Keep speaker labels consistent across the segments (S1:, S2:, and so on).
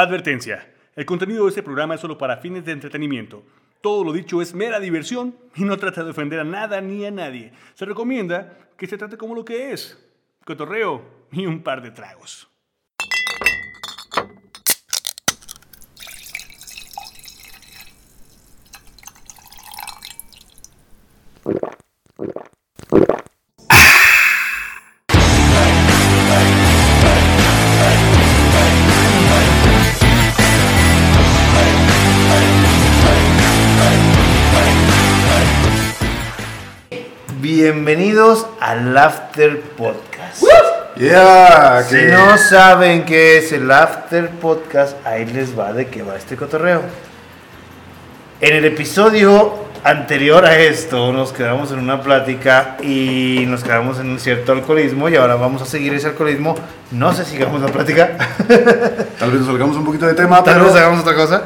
S1: Advertencia. El contenido de este programa es solo para fines de entretenimiento. Todo lo dicho es mera diversión y no trata de ofender a nada ni a nadie. Se recomienda que se trate como lo que es. Cotorreo y un par de tragos.
S2: Bienvenidos al After Podcast.
S3: Yeah,
S2: Si
S3: que-
S2: no saben qué es el After Podcast, ahí les va de qué va este cotorreo. En el episodio anterior a esto nos quedamos en una plática y nos quedamos en un cierto alcoholismo y ahora vamos a seguir ese alcoholismo. No sé si sigamos la plática,
S3: tal vez nos salgamos un poquito de tema,
S2: tal
S3: Ah, pero,
S2: vez hagamos otra cosa.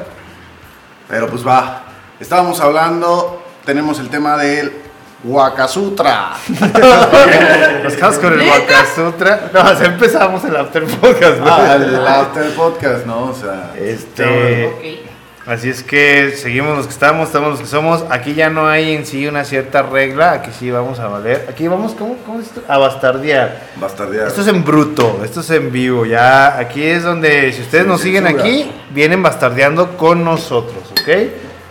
S3: pero pues va. Estábamos hablando, tenemos el tema del Wakasutra.
S2: Nos quedamos con el Bakasutra. No, así empezamos el After Podcast. ¿no?
S3: Ah, el after podcast, ¿no? O sea,
S2: Este... Así es que seguimos los que estamos, estamos los que somos. Aquí ya no hay en sí una cierta regla. Aquí sí vamos a valer. Aquí vamos, ¿cómo, cómo es esto? A bastardear.
S3: bastardear.
S2: Esto es en bruto, esto es en vivo. Ya aquí es donde, si ustedes
S3: Sin
S2: nos siguen
S3: censura.
S2: aquí, vienen bastardeando con nosotros, ¿ok?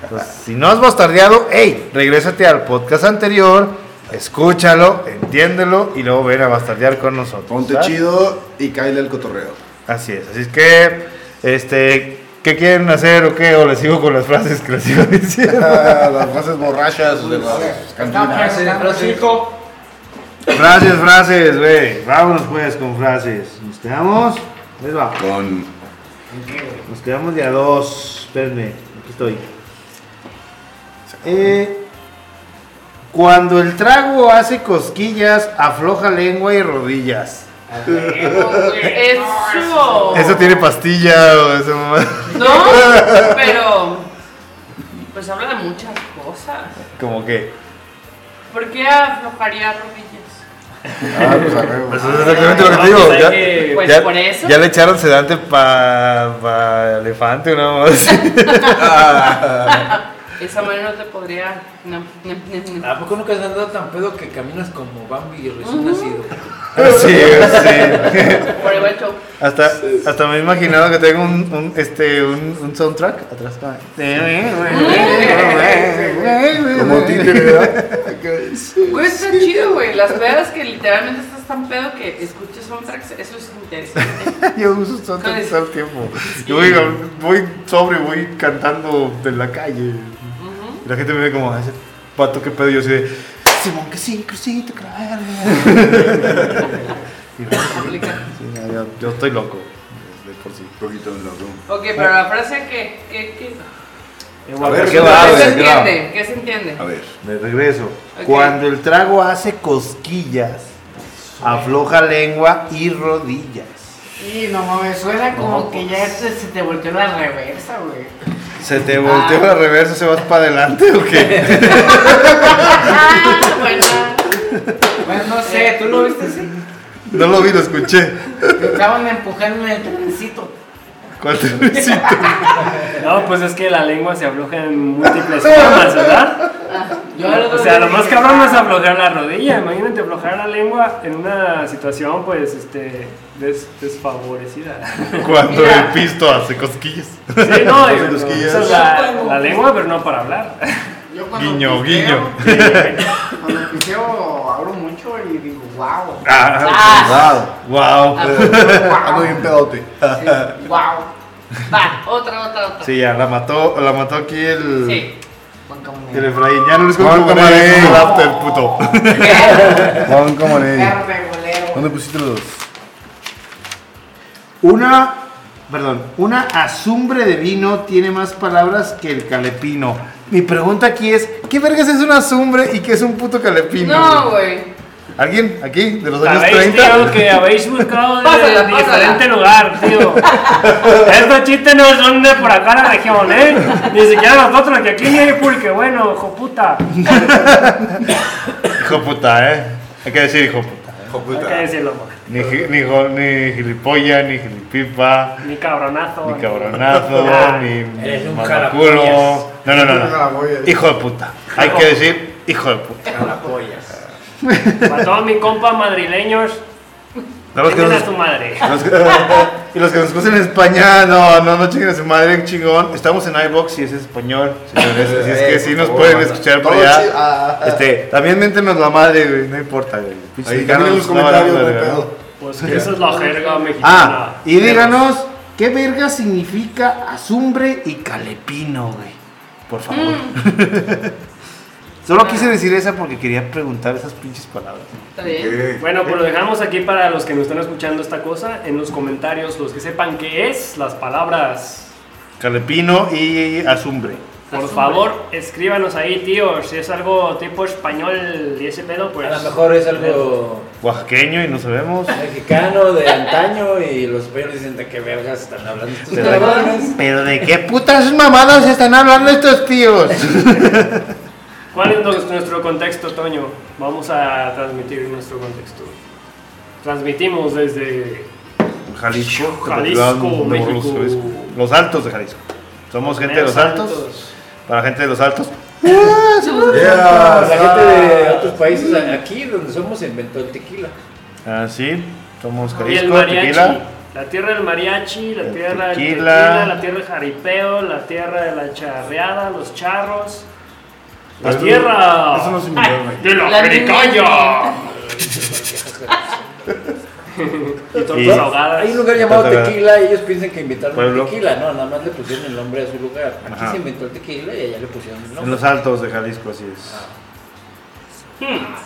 S2: Entonces, si no has bastardeado, hey, regrésate al podcast anterior, escúchalo, entiéndelo y luego ven a bastardear con nosotros.
S3: Ponte
S2: ¿sabes?
S3: chido y caile el cotorreo.
S2: Así es, así es que, este, ¿qué quieren hacer o qué? O les sigo con las frases que les iba diciendo.
S3: Ah, Las frases borrachas de las cantinas.
S2: frases, frases, güey. Vámonos pues con frases. Nos quedamos, les va.
S3: Con
S2: Nos quedamos de a dos. Espérenme, aquí estoy. Eh, cuando el trago hace cosquillas, afloja lengua y rodillas.
S4: Eso.
S2: Eso tiene pastilla o eso. mamá.
S4: No, pero. Pues habla de muchas cosas.
S2: Como que.
S4: ¿Por qué aflojaría rodillas?
S3: ah, pues, a huevo.
S2: Eso es exactamente lo que te digo.
S5: Pues hay
S2: Ya,
S5: que-
S4: Pues
S2: ya-
S4: por eso.
S2: ya le echaron sedante para elefante, una mamá así.
S4: Esa manera no te podría. No, no, no, no.
S5: ¿A poco nunca has andado tan pedo que caminas como Bambi y recién nacido?
S2: Sí, sí.
S4: Por el hecho.
S2: Hasta, hasta me he imaginado que tengo un, un, este, un, un soundtrack atrás. "Eh,
S3: Como
S2: Como
S3: títere, ¿verdad?
S4: Güey, está chido, güey. Las pedas que literalmente estás tan pedo que escuches soundtracks, eso es interesante.
S2: Yo uso soundtracks todo el tiempo. Yo voy, voy sobre, voy cantando de la calle. Y la gente me ve como, "Ah, ese pato, qué pedo. Y yo así de, Simón, que sí, crucito, que la verga". Y no,
S4: Complicado.
S2: sí, no, yo, yo estoy loco. De por sí.
S3: Un poquito en loco.
S4: Ok, pero la frase que. que, que
S3: A ver,
S2: ¿qué
S3: ¿qué
S2: va,
S3: va?
S4: ¿Qué se
S2: güey? ¿Qué va?
S4: entiende? ¿Qué se entiende?
S3: A ver.
S2: Me regreso.
S4: Ok.
S2: Cuando el trago hace cosquillas, afloja lengua y rodillas.
S6: Sí, no mames, suena como que
S4: pues.
S6: ya se, se te volteó la reversa, güey.
S2: ¿Se te volteó la reversa, se vas para adelante o qué?
S4: Ah, buena.
S6: Bueno,
S4: Pues
S6: no sé, ¿tú lo viste así?
S2: No lo vi, lo escuché.
S6: Te estaban empujando en el trencito.
S2: ¿Cuál trencito?
S7: No, pues es que la lengua se afloja en múltiples formas, ¿verdad?
S6: Yo lo
S7: O sea, lo más cabrón es aflojar la rodilla. Imagínate aflojar la lengua en una situación, pues, este, des- desfavorecida.
S2: Cuando
S4: Mira.
S2: el pisto hace cosquillas.
S7: Sí, no,
S3: Hace
S7: digo,
S3: cosquillas.
S7: usas la, la lengua, pero no para hablar.
S6: Yo cuando
S2: Guiño, guiño.
S6: pisteo- Cuando piseo abro mucho y digo, wow.
S2: Ah,
S3: Wow.
S2: wow.
S3: Ando bien pedote.
S6: wow.
S4: Va, otra, otra, otra.
S2: Sí, ya la mató, la mató aquí el.
S4: Sí.
S6: Juan
S2: El
S6: Camonero.
S2: Efraín. Ya no les
S3: Juan
S2: cuento cómo
S3: Camaré.
S2: el after, puto.
S3: Juan, ¿cómo le?
S6: Perro de golero.
S3: ¿Dónde pusiste los?
S2: Una, perdón, una azumbre de vino tiene más palabras que el calepino. Mi pregunta aquí es, ¿qué vergas es una azumbre y qué es un puto calepino?
S4: No,
S2: güey?
S4: güey.
S2: ¿Alguien aquí de los años
S7: Sabéis,
S2: 30?
S7: tío, que habéis buscado de
S4: Pásala, pásala.
S7: diferente lugar, tío. Estos chistes no son de por acá la región, ¿eh? Ni siquiera nosotros, que aquí ni hay pulque, bueno, hijo puta.
S2: Hijo puta, ¿eh? Hay que decir hijo puta.
S7: Hay que
S3: Joputa.
S7: decirlo, pues. amor.
S2: Ni, gi- ni, go- ni gilipolla, ni gilipipa,
S7: Ni cabronazo.
S2: ni cabronazo,
S7: Ah,
S2: ni
S5: eres un
S2: mamaculo.
S5: jalapeñas.
S2: No, no, no, no.
S3: Un jalapeñas.
S2: Hijo de puta. Hay que decir hijo de puta.
S5: Jalapoyas.
S7: Para todos mis compas madrileños,
S2: No, los que
S7: tengan
S2: nos-
S7: a tu madre.
S2: los que- y los que nos escuchan en España, no, no, no chinguen a su madre, chingón. Estamos en iBox y es español, señores. Así es
S3: Eh,
S2: que sí
S3: oh,
S2: nos pueden escuchar por
S3: Todo chido.
S2: allá.
S3: Ah, ah.
S2: Este, también méntenos la madre, güey, no importa, güey. Pinches
S3: Ahí
S2: mexicanos
S3: también en los
S2: no van a
S3: comentarios, no hay
S2: verga.
S3: pedo.
S7: Pues que esa es la jerga mexicana.
S2: Ah, y díganos, ¿qué verga significa azumbre y calepino, güey? Por favor. Solo quise decir esa porque quería preguntar esas pinches palabras.
S4: Está bien.
S7: Bueno, pues lo dejamos aquí para los que nos están escuchando esta cosa. En los comentarios, los que sepan qué es, las palabras.
S2: Calepino y azumbre.
S7: Por favor, escríbanos ahí, tío. Si es algo tipo español y ese pedo,
S5: A
S7: pues.
S5: lo mejor es algo
S2: Oaxaqueño y no sabemos.
S5: mexicano de antaño y los españoles dicen de qué vergas están hablando estos
S2: Pero de-
S5: cabrones.
S2: Pero de qué putas mamadas están hablando estos tíos.
S7: ¿Cuál es nos- nuestro contexto, Toño? Vamos a transmitir nuestro contexto. Transmitimos desde.
S2: Jalisco,
S7: Jalisco,
S2: Catlán, de Morelos,
S7: México.
S2: Jalisco. Los altos de Jalisco. Somos gente de los altos. Para gente de los altos. Ah,
S3: Yeah,
S5: La gente de otros países, aquí donde somos, se inventó el tequila.
S2: Ah, sí. Somos
S7: Y el
S2: Jalisco,
S7: mariachi.
S2: tequila.
S7: La tierra del mariachi, la
S2: El
S7: tierra del
S2: tequila.
S7: tequila, la tierra del jaripeo, la tierra de la charreada, los charros. La
S2: Pues,
S3: Eso-
S7: tierra
S3: eso no se inventó,
S7: ay,
S3: güey.
S7: de la,
S4: La
S7: jericaya. y
S2: Y-
S7: tortas ahogadas.
S5: Hay un lugar llamado
S2: Entonces,
S5: Tequila y ellos piensan que inventaron
S2: Ah, Pueblo.
S5: tequila. No, nada más le pusieron el nombre a su lugar. Aquí
S2: Ajá.
S5: se inventó el tequila y allá le pusieron el
S2: En
S5: nombre.
S2: los altos de Jalisco, así es.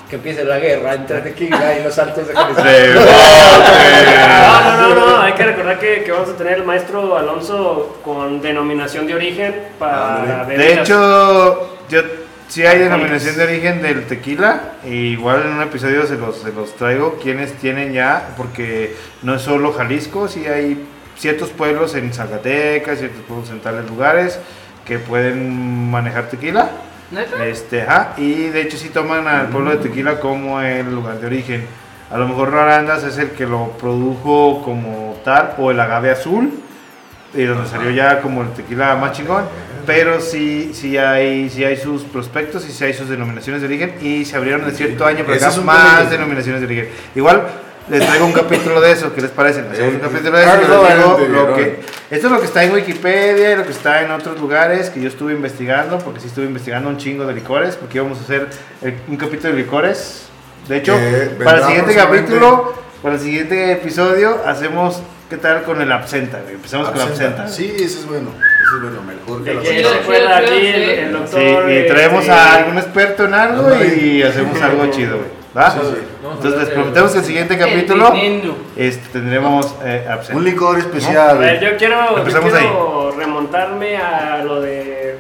S5: Que empiece la guerra entre tequila y los altos de
S7: Ah.
S5: Jalisco.
S7: No, no, no, no, hay que recordar que, que vamos a tener el maestro Alonso con denominación de origen para ver
S2: De
S7: las-
S2: hecho, yo sí hay denominación de origen del tequila. e igual en un episodio se los, se los traigo quienes tienen ya, porque no es solo Jalisco, sí hay ciertos pueblos en Zacatecas, ciertos pueblos en tales lugares que pueden manejar tequila.
S4: ¿Neta?
S2: Este, ajá, y de hecho sí toman al pueblo de Tequila como el lugar de origen. A lo mejor Arandas es el que lo produjo como tal, o el agave azul, y eh, donde salió ya como el tequila más chingón. Pero sí, sí, hay, sí hay sus prospectos y sí hay sus denominaciones de origen, y se abrieron de cierto año para
S3: Ese
S2: acá
S3: es un tema
S2: más
S3: que-
S2: denominaciones de origen. Igual les traigo un capítulo de eso, ¿qué les parece? Hacemos un
S3: Eh,
S2: capítulo de eso,
S3: claro,
S2: yo les digo
S3: adelante,
S2: lo
S3: Guerrero.
S2: que- esto es lo que está en Wikipedia y lo que está en otros lugares que yo estuve investigando, porque sí estuve investigando un chingo de licores, porque íbamos a hacer eh, un capítulo de licores. De hecho,
S3: Eh,
S2: para el
S3: vendrá
S2: siguiente
S3: próximamente.
S2: capítulo, para el siguiente episodio, hacemos qué tal con el absenta, güey? Empezamos con el absenta.
S3: Sí, eso es bueno. Eso es bueno, mejor que
S7: de
S3: la
S7: que
S4: Chido,
S7: se
S3: absenta.
S7: fue
S4: chido,
S7: aquí
S4: chido,
S7: el,
S4: sí.
S7: el
S2: Sí,
S7: doctor.
S2: y
S7: eh,
S2: traemos
S7: sí.
S2: a algún experto en algo
S3: Ándale.
S2: y hacemos algo chido, güey. ¿Va?
S3: Sí, sí.
S2: Entonces les prometemos que el siguiente capítulo este, tendremos eh, absenta.
S3: Un licor
S7: A ver,
S3: especial.
S7: yo quiero, yo
S2: Empezamos
S7: quiero remontarme a lo de.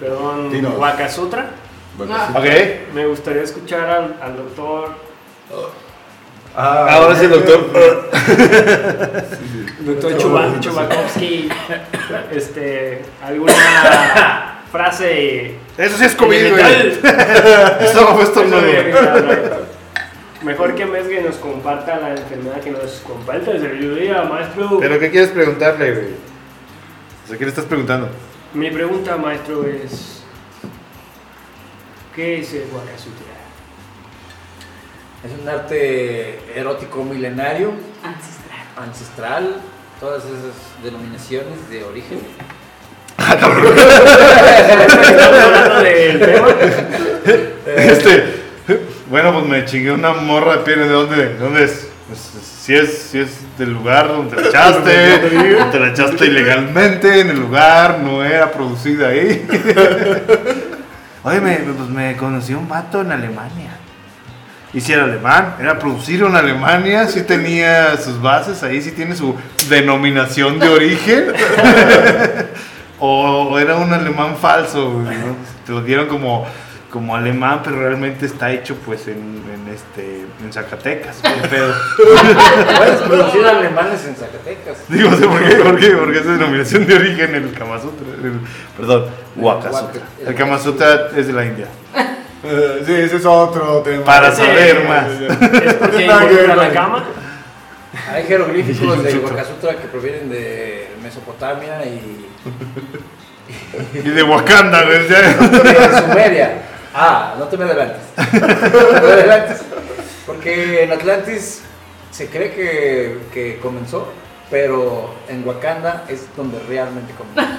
S7: Perdón,
S3: Dinos.
S7: Wakasutra.
S3: Bueno,
S4: Ah.
S3: sí.
S2: Ok.
S7: Me gustaría escuchar al, al doctor.
S2: Ahora sí, doctor.
S7: Doctor Chuba- Chubakovsky. este. alguna frase.
S2: Eso sí es COVID, güey.
S7: elemental.
S2: Eso fue estornudo.
S7: Mejor que Mesgue nos comparta la enfermedad que nos comparta el sabiduría, maestro.
S2: Pero ¿qué quieres preguntarle, güey? O sea, ¿qué le estás preguntando?
S7: Mi pregunta, maestro, es. ¿Qué es el Wakasutra?
S5: Es un arte erótico milenario,
S4: Ancestral.
S5: ancestral, todas esas denominaciones de origen.
S7: Estamos hablando del tema.
S2: Este. Bueno, pues me chingué una morra de piel. ¿De dónde? ¿De dónde es? Pues, Si es, si es del lugar donde te la echaste, te la echaste ilegalmente en el lugar, no era producida ahí. Oye, me, pues me conoció un vato en Alemania. Y si era alemán, era producido en Alemania, sí tenía sus bases ahí, sí tiene su denominación de origen. o era un alemán falso, güey, ¿no? te lo dieron como, como alemán, pero realmente está hecho pues en, en este, en Zacatecas. ¿Qué pedo?
S5: Puedes producir alemanes en Zacatecas.
S2: Digo, sé por qué, por qué, porque es denominación de origen el Kama Sutra. el- perdón, Waka Sutra. El Kama Sutra es de la India.
S3: Eh, sí, ese es otro tema.
S2: Para
S3: Sí,
S2: saber
S3: sí,
S2: más.
S3: sí, sí.
S7: Es porque
S3: Nada que ver
S7: involucra
S3: con
S7: la
S3: el-
S7: cama.
S5: Hay jeroglíficos de Huacasutra que provienen de Mesopotamia y
S2: Y de Wakanda, güey. ya.
S5: de Sumeria. Ah, no te me adelantes. No te me adelantes. Porque en Atlantis se cree que, que comenzó, pero en Wakanda es donde realmente comenzó.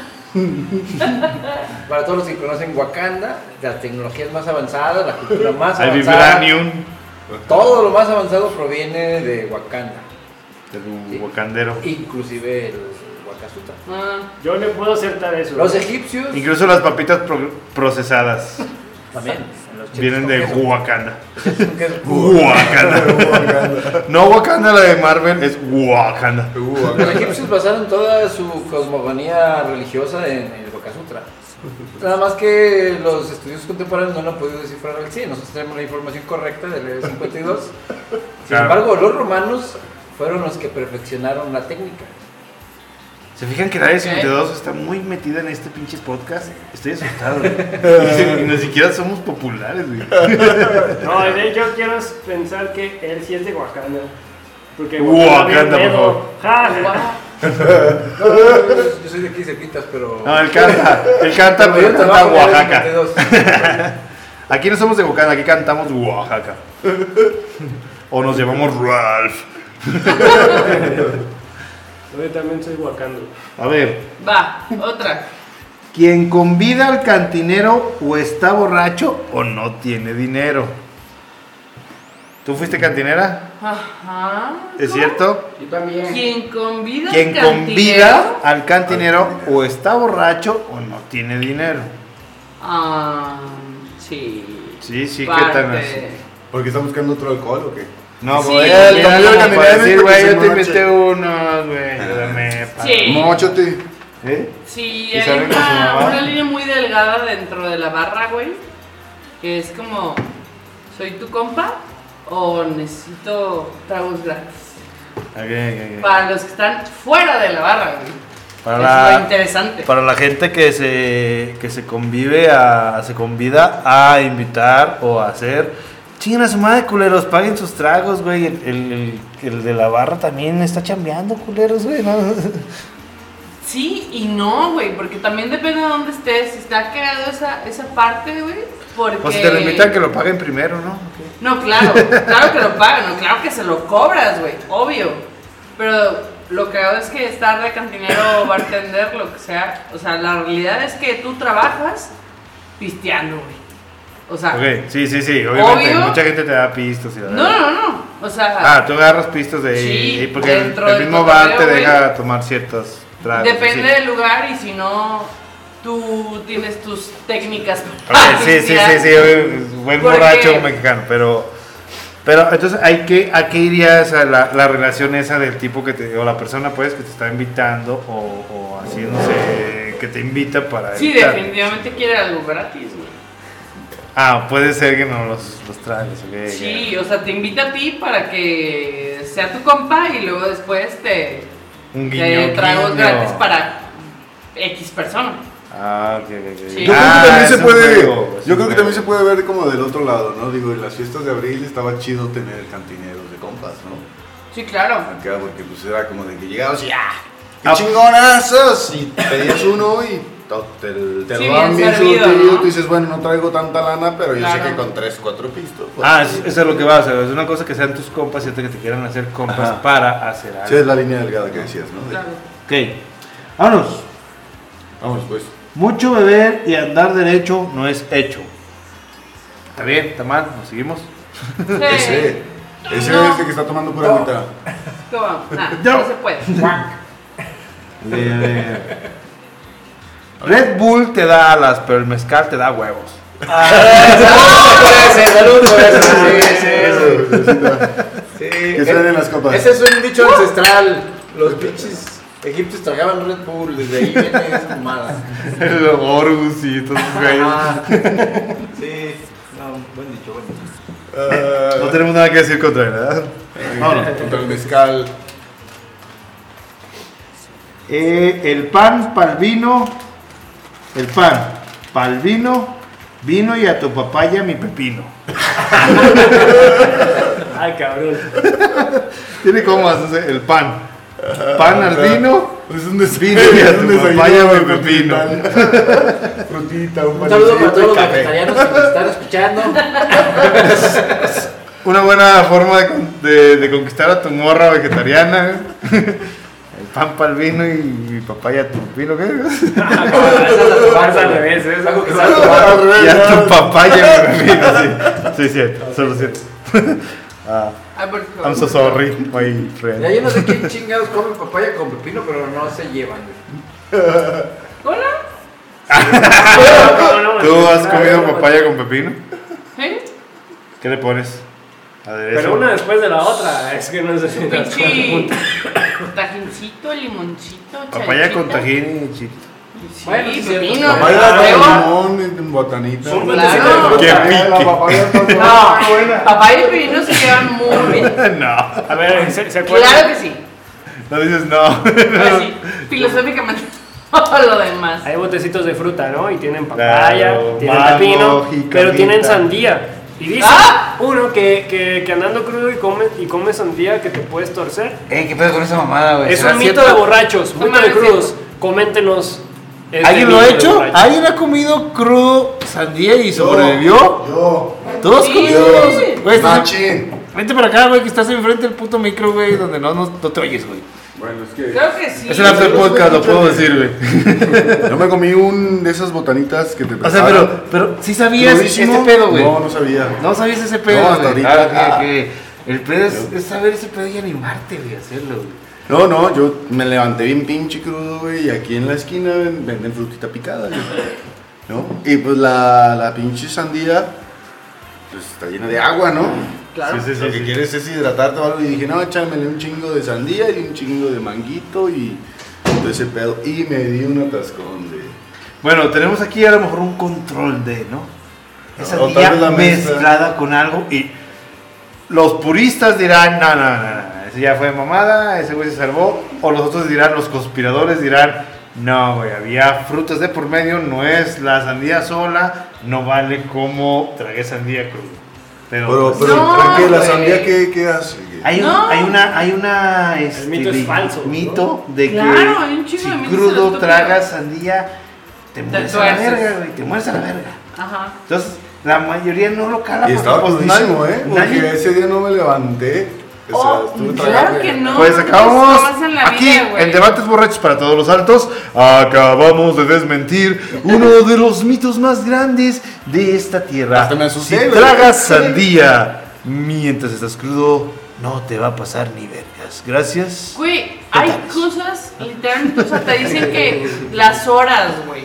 S5: Para todos los que conocen Wakanda, la tecnología es más avanzada, la cultura más
S2: Hay
S5: avanzada.
S2: Vibranium.
S5: Todo lo más avanzado proviene de Wakanda,
S2: Del Wakandero.
S5: inclusive el Wakasuta.
S4: Ah,
S7: Yo le puedo aceptar eso.
S5: Los egipcios
S2: Incluso las papitas pro- procesadas
S5: también en los chips
S2: vienen
S5: con
S2: de
S5: queso.
S2: Wakanda.
S5: Chips con queso.
S2: Wakanda. No Wakanda la de Marvel, es Wakanda.
S3: Uh, acá.
S5: Los egipcios basaron toda su cosmogonía religiosa en el Sutra. Nada más que los estudios contemporáneos no lo han podido descifrar al 100. Nosotros tenemos la información correcta del E Área 52. Sin
S2: Claro.
S5: embargo, los romanos fueron los que perfeccionaron la técnica.
S2: ¿Se fijan que la área 52 está muy metida en este pinche podcast? Estoy asustado. güey. Y ni siquiera somos populares, güey.
S7: No, de hecho quiero pensar que él sí es de Wakanda. Porque
S2: Wakanda, por favor.
S7: Ja, ja, ja.
S4: guau.
S5: No, no, no, yo, yo soy de aquí cerquitas, pero.
S2: No, él canta. Él canta,
S5: pero
S2: pero
S5: yo
S2: canta
S5: trabajo en el E
S2: Oaxaca.
S5: 52.
S2: Aquí no somos de Wakanda, aquí cantamos Oaxaca. O nos llamamos Ralph.
S7: No, Yo también soy Wakanda.
S2: A ver,
S4: Va, otra.
S2: quien convida al cantinero o está borracho o no tiene dinero. ¿Tú fuiste cantinera?
S4: Ajá.
S2: ¿Es cierto?
S5: Yo también.
S4: Quien convida.
S2: Quien
S4: al
S2: convida
S4: cantinero?
S2: al cantinero o está borracho o no tiene dinero.
S4: Ah, sí.
S2: Sí, sí, ¿qué
S4: Parte.
S2: tal así?
S3: ¿Porque están buscando otro alcohol o qué?
S2: No,
S4: Sí,
S2: güey,
S4: el
S2: él
S3: convida
S2: como
S3: al
S2: para
S3: cantinero
S2: decir,
S3: es porque
S2: güey,
S3: se
S2: yo te
S3: emborracha.
S2: invité unos, güey, ayúdame. pa-
S4: Sí.
S3: Móchate.
S2: ¿Eh?
S4: Sí,
S2: Y
S4: hay
S2: salen con su
S4: una,
S2: mamá.
S4: una línea muy delgada dentro de la barra, güey. Que es como, ¿soy tu compa o necesito tragos gratis?
S2: Ok, ok, ok.
S4: Para los que están fuera de la barra, güey.
S2: Para
S4: es
S2: la-
S4: lo interesante.
S2: Para la gente que se, que se convive a, se convida a invitar o a hacer, chingan a su madre, culeros, paguen sus tragos, güey. El, el- el- el de la barra también está chambeando, culeros, güey. ¿no?
S4: Sí y no, güey, porque también depende de dónde estés. Si está cagado esa, esa parte, güey, porque...
S2: Pues te lo invitan que lo paguen primero, ¿no?
S4: No, claro, claro que lo pagan, no, claro que se lo cobras, güey, obvio. Pero lo que hago es que estar de cantinero o bartender, lo que sea, o sea, la realidad es que tú trabajas pisteando, güey. O sea,
S2: Ok, sí, sí, sí, obviamente.
S4: obviamente, Obvio.
S2: Mucha
S4: mucha
S2: gente te da pistas y la
S4: no, no, no, o sea,
S2: Ah, tú agarras pistas de
S4: Sí,
S2: porque el,
S4: dentro
S2: el
S4: del
S2: mismo bar te
S4: cotorreo,
S2: deja
S4: güey.
S2: tomar ciertos tragos.
S4: depende
S2: sí.
S4: del lugar y si no, tú tienes tus técnicas.
S2: Ok, sí, sí, sí, sí, obvio, buen
S4: Porque-
S2: borracho mexicano, pero, pero entonces hay que, ¿a qué irías a la, la relación esa del tipo que te, o la persona pues que te está invitando o, o así, no sé, que te invita para
S4: Sí,
S2: evitar?
S4: definitivamente quiere algo gratis, güey.
S2: Ah, puede ser que no los, los tragues, ok, ok.
S4: Sí, o sea, te invita a ti para que sea tu compa y luego después te,
S2: Un
S4: te
S2: guiño,
S4: tragos
S2: guiño.
S4: gratis para X persona.
S2: Ah, ok, ok, ok.
S4: Sí.
S3: Yo
S2: Ah,
S3: creo que también
S2: es
S3: se
S2: un
S3: puede.
S2: juego, es
S3: yo
S2: un
S3: creo que
S2: juego.
S3: también se puede ver como del otro lado, ¿no? Digo, en las fiestas de abril estaba chido tener cantineros de compas, ¿no?
S4: Sí, claro.
S3: Acá porque pues era como de que llegabas y ¡ah! ¡Qué
S2: Ah.
S3: chingonazos! Y pedías uno y to- te, te
S4: Sí,
S3: lo daban
S4: bien
S3: bien
S4: servido,
S3: surtido.
S4: ¿no?
S3: Tú dices, bueno, no traigo tanta lana, pero yo sé
S4: Claro.
S3: que con tres, cuatro pistos. pues,
S2: Ah,
S3: sí.
S2: es- eso es lo que va a hacer, es una cosa que sean tus compas y otra que te quieran hacer compas
S3: Ajá.
S2: para hacer
S3: Sí,
S2: algo.
S3: es la línea delgada que decías, ¿no? De-
S4: claro.
S2: Ok, vámonos.
S3: Vamos, pues.
S2: Mucho beber y andar derecho no es hecho. Está bien, está mal, nos seguimos. Eh,
S3: Ese. Ese
S4: No.
S3: es el que está tomando pura agüita.
S4: ¿Cómo? Nah,
S2: No.
S4: ah, no. se puede.
S2: Red Bull te da alas, pero el mezcal te da huevos.
S5: Ah. Salud por eso, salud por eso. Sí, Ah,
S2: Eh.
S5: sí, sí. Sí, eh,
S3: Que suenen las copas.
S5: Ese es un dicho ancestral. Los pinches egipcios tragaban Red Bull, desde ahí viene esa mamada.
S2: El Horus y todos esos güeyes.
S5: Ah, sí, no, buen dicho, buen dicho.
S2: No
S3: Ah,
S2: tenemos nada que decir contra él, ¿verdad?
S3: Contra el mezcal.
S2: Eh, el pan palvino. El pan palvino Vino y a tu papaya mi pepino.
S7: Ay, cabrón.
S2: Tiene comas, o sea, el pan. Pan al
S3: sea,
S2: vino.
S3: Es un desvino,
S2: Vino y a
S3: es
S2: tu
S3: un desayuno.
S2: papaya,
S3: güey,
S2: mi pepino.
S3: frutita, Frutita, un
S5: Un saludo
S3: panecito y
S5: para todos los
S3: café.
S5: vegetarianos que nos están escuchando.
S2: Una buena forma de, con- de- de conquistar a tu morra vegetariana. El pan para el vino y mi papaya tu vino, ¿qué?
S7: Vas al revés, es algo que sabe tomar.
S3: Al revés,
S2: Y a
S3: ¿no?
S2: tu papaya mi pepino, sí. Sí, cierto, solo cierto.
S4: Ay, por favor.
S2: I'm so sorry, my
S5: Ya
S2: friend.
S5: yo no sé quién chingados come papaya con pepino, pero no se llevan, güey.
S4: ¿Hola?
S7: No, no, Ah,
S2: ¿Tú has comido papaya con pepino?
S4: ¿Sí?
S2: ¿Qué le pones? Aderezo.
S7: Pero una después de la otra, es que no es
S4: Un
S7: de
S4: pinche tajincito, limoncito,
S2: Papaya con
S4: chayquita.
S2: tajín y chile.
S4: Sí,
S5: Bueno, sí, cierto.
S4: pepino.
S3: Papaya
S4: ¿no? Huevo.
S3: con limón, botanita.
S5: Son
S4: Claro.
S5: bendecidas de fruta.
S2: Qué
S3: Papaya, la
S2: pique.
S3: papaya con limón,
S4: No,
S3: qué buena.
S4: papaya y pepino se llevan muy bien.
S2: No,
S7: A ver, ¿se, se acuerdan?
S4: Claro que sí.
S2: no dices no.
S4: Así, Pues filosóficamente, todo lo demás.
S7: Hay botecitos de fruta, ¿no? Y tienen papaya,
S2: Claro,
S7: tienen
S2: mango,
S7: pepino,
S2: jicamita.
S7: pero tienen sandía. Y dice
S4: ¡Ah!
S7: uno que, que, que andando crudo y come, y come sandía que te puedes torcer.
S5: Ey, Eh, ¿qué pedo con esa mamada, güey? Pues
S7: Es
S5: ¿Será
S7: un mito
S5: cierto?
S7: de borrachos,
S4: No
S7: mito de
S4: mames,
S7: crudos. Coméntenos. este
S2: ¿Alguien lo
S7: mito
S2: ha
S7: de
S2: hecho?
S7: borrachos.
S2: ¿Alguien ha comido crudo sandía y
S3: Yo,
S2: sobrevivió?
S3: Yo.
S2: ¿Todos
S4: Sí.
S2: comidos?
S5: este
S2: Güey, estás-
S3: Machín.
S2: Vente para acá, güey, que estás enfrente del puto micro, güey, donde no, no, no te oyes, güey.
S3: Bueno, es que.
S4: Creo que sí.
S2: Es el after podcast, lo puedo decir, güey.
S3: Yo me comí un de esas botanitas que te
S2: O sea, pero, pero, ¿sí sabías este
S3: Crudísimo.
S2: pedo, güey?
S3: No, no sabía.
S2: No sabías ese pedo,
S3: No,
S2: güey.
S3: hasta ahorita.
S2: Ah, ok, ok. El pedo es, es saber ese pedo y animarte, güey, a hacerlo, güey.
S3: No, no, yo me levanté bien pinche crudo, güey, y aquí en la esquina ven- venden frutita picada, güey. ¿No? Y pues la, la pinche sandía, pues está llena de agua, ¿no?
S4: Claro.
S2: Sí, sí,
S3: Lo
S2: sí.
S3: que quieres es hidratarte o algo. Y dije, no, échamele un chingo de sandía y un chingo de manguito y todo ese pedo. Y me di un atascón de.
S2: Bueno, tenemos aquí a lo mejor un control de, ¿no? Esa
S3: O tal
S2: sandía
S3: vez la mesa.
S2: mezclada con algo y los puristas dirán, no, no, no, no, ese ya fue mamada, ese güey se salvó. O los otros dirán, los conspiradores dirán, no, güey, había frutas de por medio, no es la sandía sola, no vale como tragué sandía cruda. Pero,
S3: Pero,
S2: pues,
S3: pero,
S4: No,
S3: tranquila, la
S4: güey.
S3: sandía, ¿qué, qué hace?
S2: hay, un-
S4: No.
S2: hay una, hay una, este,
S7: mito es
S2: de-
S7: falso, ¿no?
S2: mito de que
S4: Claro, hay un chingo
S2: si
S4: de mitos de
S2: crudo
S4: los
S2: tragas sandía, te
S4: Te
S2: mueres a la
S4: tuerces.
S2: verga, güey, te mueres a la verga.
S4: Ajá.
S2: Entonces, la mayoría no lo cala.
S3: Y estaba
S2: porque, pues,
S3: crudísimo,
S2: nadie-
S3: ¿eh? Porque
S2: nadie-
S3: ese día no me levanté. O sea,
S4: Oh,
S3: estuve
S4: claro
S3: tragando.
S4: que no.
S2: Pues
S4: no,
S2: acabamos
S4: jamás en la
S2: aquí
S4: vida, güey.
S2: en Debates Borrachos para todos los altos. Acabamos de desmentir uno de los mitos más grandes de esta tierra.
S3: Hasta me asusté,
S2: si
S3: güey.
S2: tragas sandía mientras estás crudo, no te va a pasar ni vergas. Gracias.
S4: Güey, hay cosas literalmente, o sea, te dicen que las horas, güey.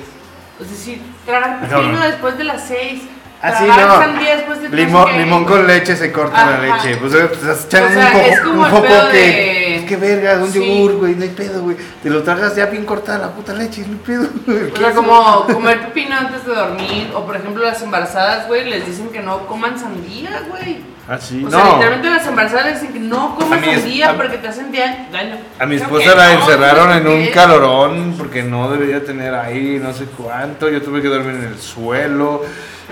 S4: Es decir, tragar
S2: No, no.
S4: vino después de las 6.
S2: Así
S4: tragar
S2: Ah, no.
S4: sandía después de
S2: Limón,
S4: no sé qué.
S2: limón con leche se corta la
S4: Ajá.
S2: leche. Pues eh, pues, estás echando
S4: O sea,
S2: un poco,
S4: es como
S2: un
S4: el
S2: poco
S4: pedo
S2: que. pues,
S4: de-
S2: Es que vergas, un
S4: Sí.
S2: yogur, güey, no hay pedo, güey. Te lo tragas ya bien cortada la puta leche, no hay pedo.
S4: O sea, como comer pepino antes de dormir, o por ejemplo las embarazadas, güey, les dicen que no coman sandía, güey.
S2: Así,
S4: O sea, literalmente las embarazadas les dicen que no
S2: A
S4: coman
S2: mí es-
S4: sandía
S2: a-
S4: porque te hacen dia- daño.
S2: A mi
S4: Creo
S2: esposa
S4: que
S2: la
S4: no,
S2: encerraron
S4: creo
S2: en
S4: que
S2: un
S4: es.
S2: calorón porque no debería tener ahí no sé cuánto. Yo tuve que dormir en el suelo,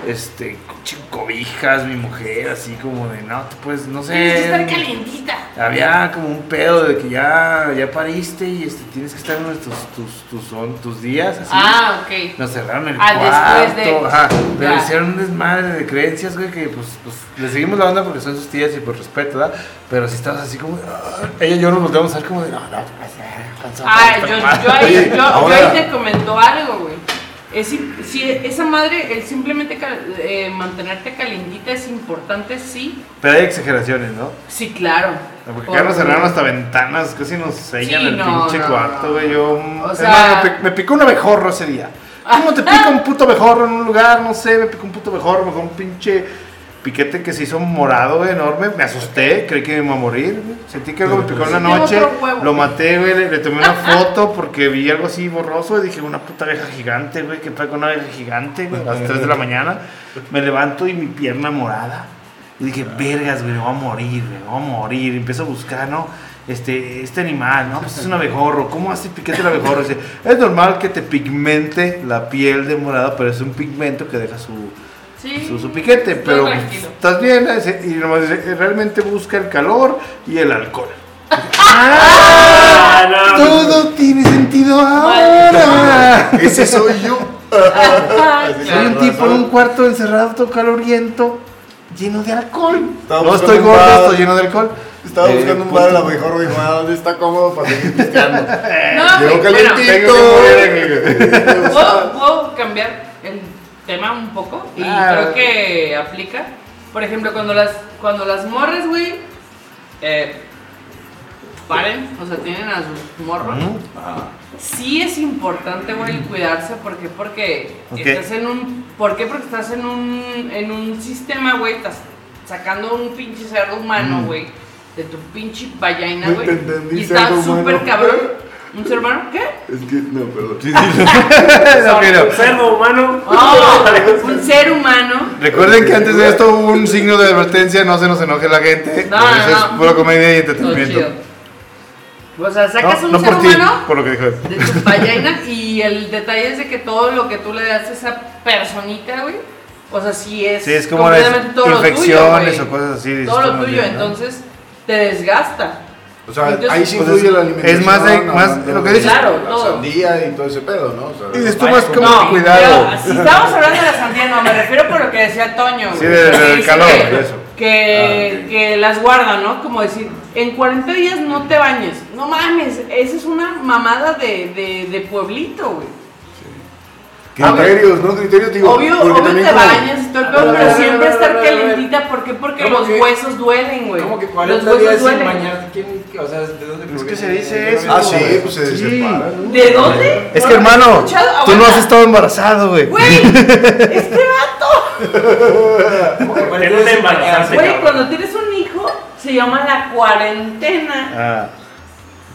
S2: este, con chin- cobijas, mi mujer, así como de no, te puedes, no
S4: Tienes que estar
S2: sé.
S4: calientita.
S2: Había como un pedo de que ya, ya pariste y este, tienes que estar en nuestros, tus, tus, on- tus días así.
S4: Ah, ok.
S2: Nos cerraron el
S4: Ah,
S2: cuarto,
S4: después de-
S2: ajá, pero
S4: ya.
S2: hicieron un desmadre de creencias, güey, que pues, pues le seguimos la onda porque son sus tías y por respeto, ¿verdad? Pero si estabas así como, ah, ella y yo nos volteamos a ver como de, no, no, cansado,
S4: Ah,
S2: puta
S4: yo,
S2: madre".
S4: yo, ahí,
S3: Oye,
S4: yo- yo
S3: ahora-
S4: ahí te comentó algo, güey. Es im- si esa madre, el simplemente cal- eh, mantenerte calentita es importante, sí.
S2: Pero hay exageraciones, ¿no?
S4: Sí, claro.
S2: Ah, Porque
S4: Por-
S2: acá nos cerraron hasta ventanas, casi nos sellan
S4: Sí,
S2: el
S4: no,
S2: pinche
S4: no,
S2: cuarto,
S4: no.
S2: güey. Yo, mm,
S4: O
S2: es
S4: sea-
S2: más, me, pic- me picó un abejorro ese día. ¿Cómo te pica un puto abejorro en un lugar? No sé, me picó un puto abejorro, me fue un pinche piquete que se hizo morado, güey, enorme. Me asusté, creí que me iba a morir, güey. Sentí que algo me picó en la
S4: Tengo
S2: noche.
S4: otro huevo.
S2: Lo maté, güey, le, le tomé una foto porque vi algo así borroso y dije, una puta abeja gigante, güey, que traigo una abeja gigante, güey, a las 3 de la mañana. Me levanto y mi pierna morada. Y dije,
S4: Ah.
S2: vergas, güey, me voy a morir, güey, me voy a morir. Empiezo a buscar, ¿no? Este, este animal, ¿no? Pues es un abejorro. ¿Cómo hace piquete el abejorro? Dice, es normal que te pigmente la piel de morada, pero es un pigmento que deja su,
S4: Sí.
S2: su, su piquete, pero
S4: tranquilo.
S2: estás bien, Dice- y nomás dice, eh, realmente busca el calor y el alcohol. ¡Ah!
S7: Ah, no.
S2: Todo tiene sentido ahora.
S4: Maldita
S3: Ese soy yo.
S4: Ajá,
S3: Así
S2: Soy un
S3: Claro,
S2: tipo en
S3: razón.
S2: un cuarto encerrado, todo caloriento, lleno de alcohol.
S3: Estaba
S2: no
S3: buscando
S2: estoy
S3: un
S2: gordo,
S3: bar.
S2: estoy lleno de alcohol.
S3: Estaba
S2: Eh,
S3: buscando un
S2: punto.
S3: bar a lo mejor, dijo, ah, ¿dónde está cómodo para seguir pisteando?
S4: No, güey,
S3: Llegó
S4: bueno,
S3: calientito.
S4: ¿Puedo, puedo cambiar el tema un poco? Y
S2: Ah.
S4: creo que aplica. Por ejemplo, cuando las, cuando las morras, güey, eh, paren, o sea, tienen a sus morros. Sí es importante, güey, cuidarse. ¿Por qué? Porque
S2: Ok.
S4: estás en un... ¿Por qué? Porque estás en un, en un sistema, güey, estás sacando un pinche cerdo humano, güey, de tu pinche ballena,
S3: No
S4: güey.
S3: te entendí,
S4: Y está
S3: cerdo humano.
S4: súper cabrón. ¿Un ser humano? ¿Qué?
S3: Es que, no, perdón.
S2: No, pero
S7: Cerdo humano.
S4: Oh, un ser humano.
S2: Recuerden que antes de esto hubo un signo de advertencia, no se nos enoje la gente.
S4: No,
S2: por
S4: no,
S2: eso
S4: no.
S2: es pura comedia y
S4: Todo chido.
S2: entretenimiento.
S4: O sea,
S2: No,
S4: sacas un
S2: no
S4: ser
S2: por ti,
S4: humano
S2: por lo que dijo.
S4: de tu ballena y el detalle es de que todo lo que tú le das a esa personita, güey, o sea, sí es,
S2: Sí, es como las
S4: completamente todo lo tuyo,
S2: infecciones
S4: güey.
S2: o cosas así, dices
S4: Todo
S2: tú,
S4: lo
S2: más
S4: tuyo,
S2: bien, ¿no?
S4: entonces te desgasta.
S3: O sea,
S4: Entonces,
S3: ahí sí
S2: pues
S3: influye
S2: es-
S3: la alimentación.
S2: es más de-
S3: no,
S2: más
S3: no,
S2: de
S3: no,
S2: lo que dices.
S4: Claro,
S3: la
S4: todo.
S3: sandía y todo ese pedo, ¿no? O sea,
S2: Y esto
S3: vaya
S2: más
S3: con-
S2: como- No, cuidado.
S4: pero si estamos hablando de la sandía, no, me refiero por lo que decía Toño. güey.
S2: Sí, de- de-
S4: Que
S2: del
S4: dice
S2: calor,
S4: Que,
S2: eso.
S4: Que,
S3: Ah, ok.
S4: que las guardan, ¿no? Como decir, en 40 días no te bañes. No mames, esa es una mamada de, de, de pueblito, güey.
S3: Criterios, ¿no? Criterios, digo.
S4: Obvio,
S3: porque
S4: obvio
S3: también
S4: te
S3: como-
S4: bañas, todo el
S5: A
S4: pedo,
S5: ver, a
S4: pero
S5: ver,
S4: siempre
S5: a ver, a
S4: estar
S5: ver, a ver.
S4: calentita. ¿Por qué? Porque
S5: ¿Cómo
S4: los
S5: que-
S4: huesos duelen, güey.
S5: Como que
S4: los
S5: 40 días
S4: huesos
S5: sin
S4: duelen.
S5: bañar, ¿quién? O sea, ¿de dónde
S2: Es que Pues, se
S5: proviene?
S2: dice eso.
S3: Ah, sí, pues se
S2: Sí.
S3: separa, ¿no?
S4: ¿De dónde?
S2: Es
S4: No
S2: que
S4: lo había
S2: hermano,
S4: escuchado.
S2: tú no
S4: Aguanta.
S2: has estado embarazado, güey.
S4: Güey, este vato.
S5: Como que 40
S7: Que
S5: días
S7: no te
S5: sin bañarse.
S7: embarazaste,
S4: Güey,
S7: cabrón.
S4: cuando tienes un hijo, se llama la cuarentena.
S2: Ah.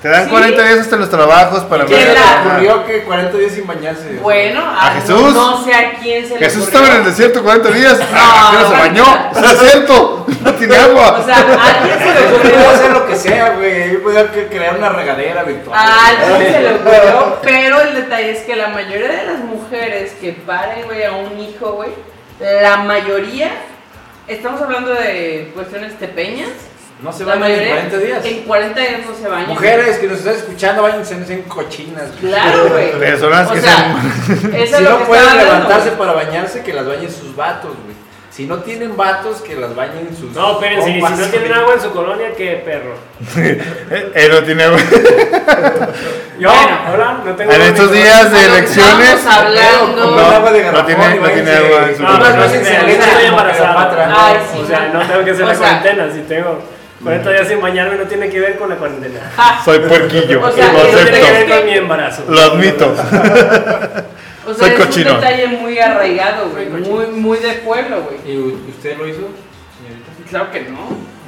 S2: Te dan
S4: Sí.
S2: 40 días hasta los trabajos para
S4: ¿Qué
S5: ¿Quién
S2: ver-
S5: le
S4: la-
S5: ocurrió que 40 días sin bañarse?
S4: Bueno,
S2: ¿A
S4: a
S2: Jesús?
S4: No sé a quién se le
S2: Jesús
S4: ocurrió.
S2: estaba en el desierto 40 días. Ah,
S4: No,
S2: no, se bañó. No es cierto. No tiene agua.
S4: O sea, a alguien se le
S5: Yo podía hacer
S4: ocurrió.
S5: lo que sea, güey. Yo podía que- crear una regadera virtual.
S4: A alguien se le ocurrió. Pero el detalle es que la mayoría de las mujeres que paren, güey, a un hijo, güey, la mayoría, estamos hablando de cuestiones tepeñas.
S5: No se
S4: la
S5: bañan en
S4: mayoría
S5: 40 días.
S4: En 40 días no se bañan.
S5: Mujeres que nos están escuchando, váyanse no sean cochinas. güey.
S4: Claro, güey.
S2: Personas
S4: O
S2: que
S4: sea, eso es
S5: Si
S4: lo que
S5: no pueden
S4: estaba hablando,
S5: levantarse
S4: güey.
S5: para bañarse, que las bañen sus vatos, güey. Si no tienen vatos, que las bañen sus.
S7: No, espérense, y si
S5: compas,
S7: no tienen
S5: güey.
S7: agua en su colonia, qué perro.
S2: Eh, Él no tiene agua.
S7: Yo,
S4: Bueno.
S7: hola, no tengo
S2: En
S7: agua
S2: estos
S7: mi
S2: días pues, de
S4: A lo que
S2: elecciones.
S4: estábamos hablando.
S5: Con agua de
S2: no
S5: garrafón
S2: tiene-
S5: y
S2: no tiene
S5: váyanse-
S2: agua en su-
S7: No,
S5: Unas
S7: no, no,
S5: váyanse a
S7: no,
S5: la leche
S7: estoy
S5: como
S7: embarazada.
S5: Cleopatra.
S4: Ay, sí,
S7: O sea, no tengo que hacer
S4: O
S7: la
S4: sea-
S7: cuarentena, si tengo 40 días sin bañarme no tiene que ver con la cuarentena.
S4: Ah,
S2: Soy puerquillo.
S4: O
S2: lo
S4: sea,
S7: No tiene que
S2: acepto.
S7: ver con mi embarazo.
S2: Lo admito.
S4: O sea,
S2: Soy
S4: es
S2: cochino.
S4: un detalle muy arraigado, güey. Muy, muy de pueblo, güey.
S5: ¿Y u- usted lo hizo, señorita?
S4: Claro que no.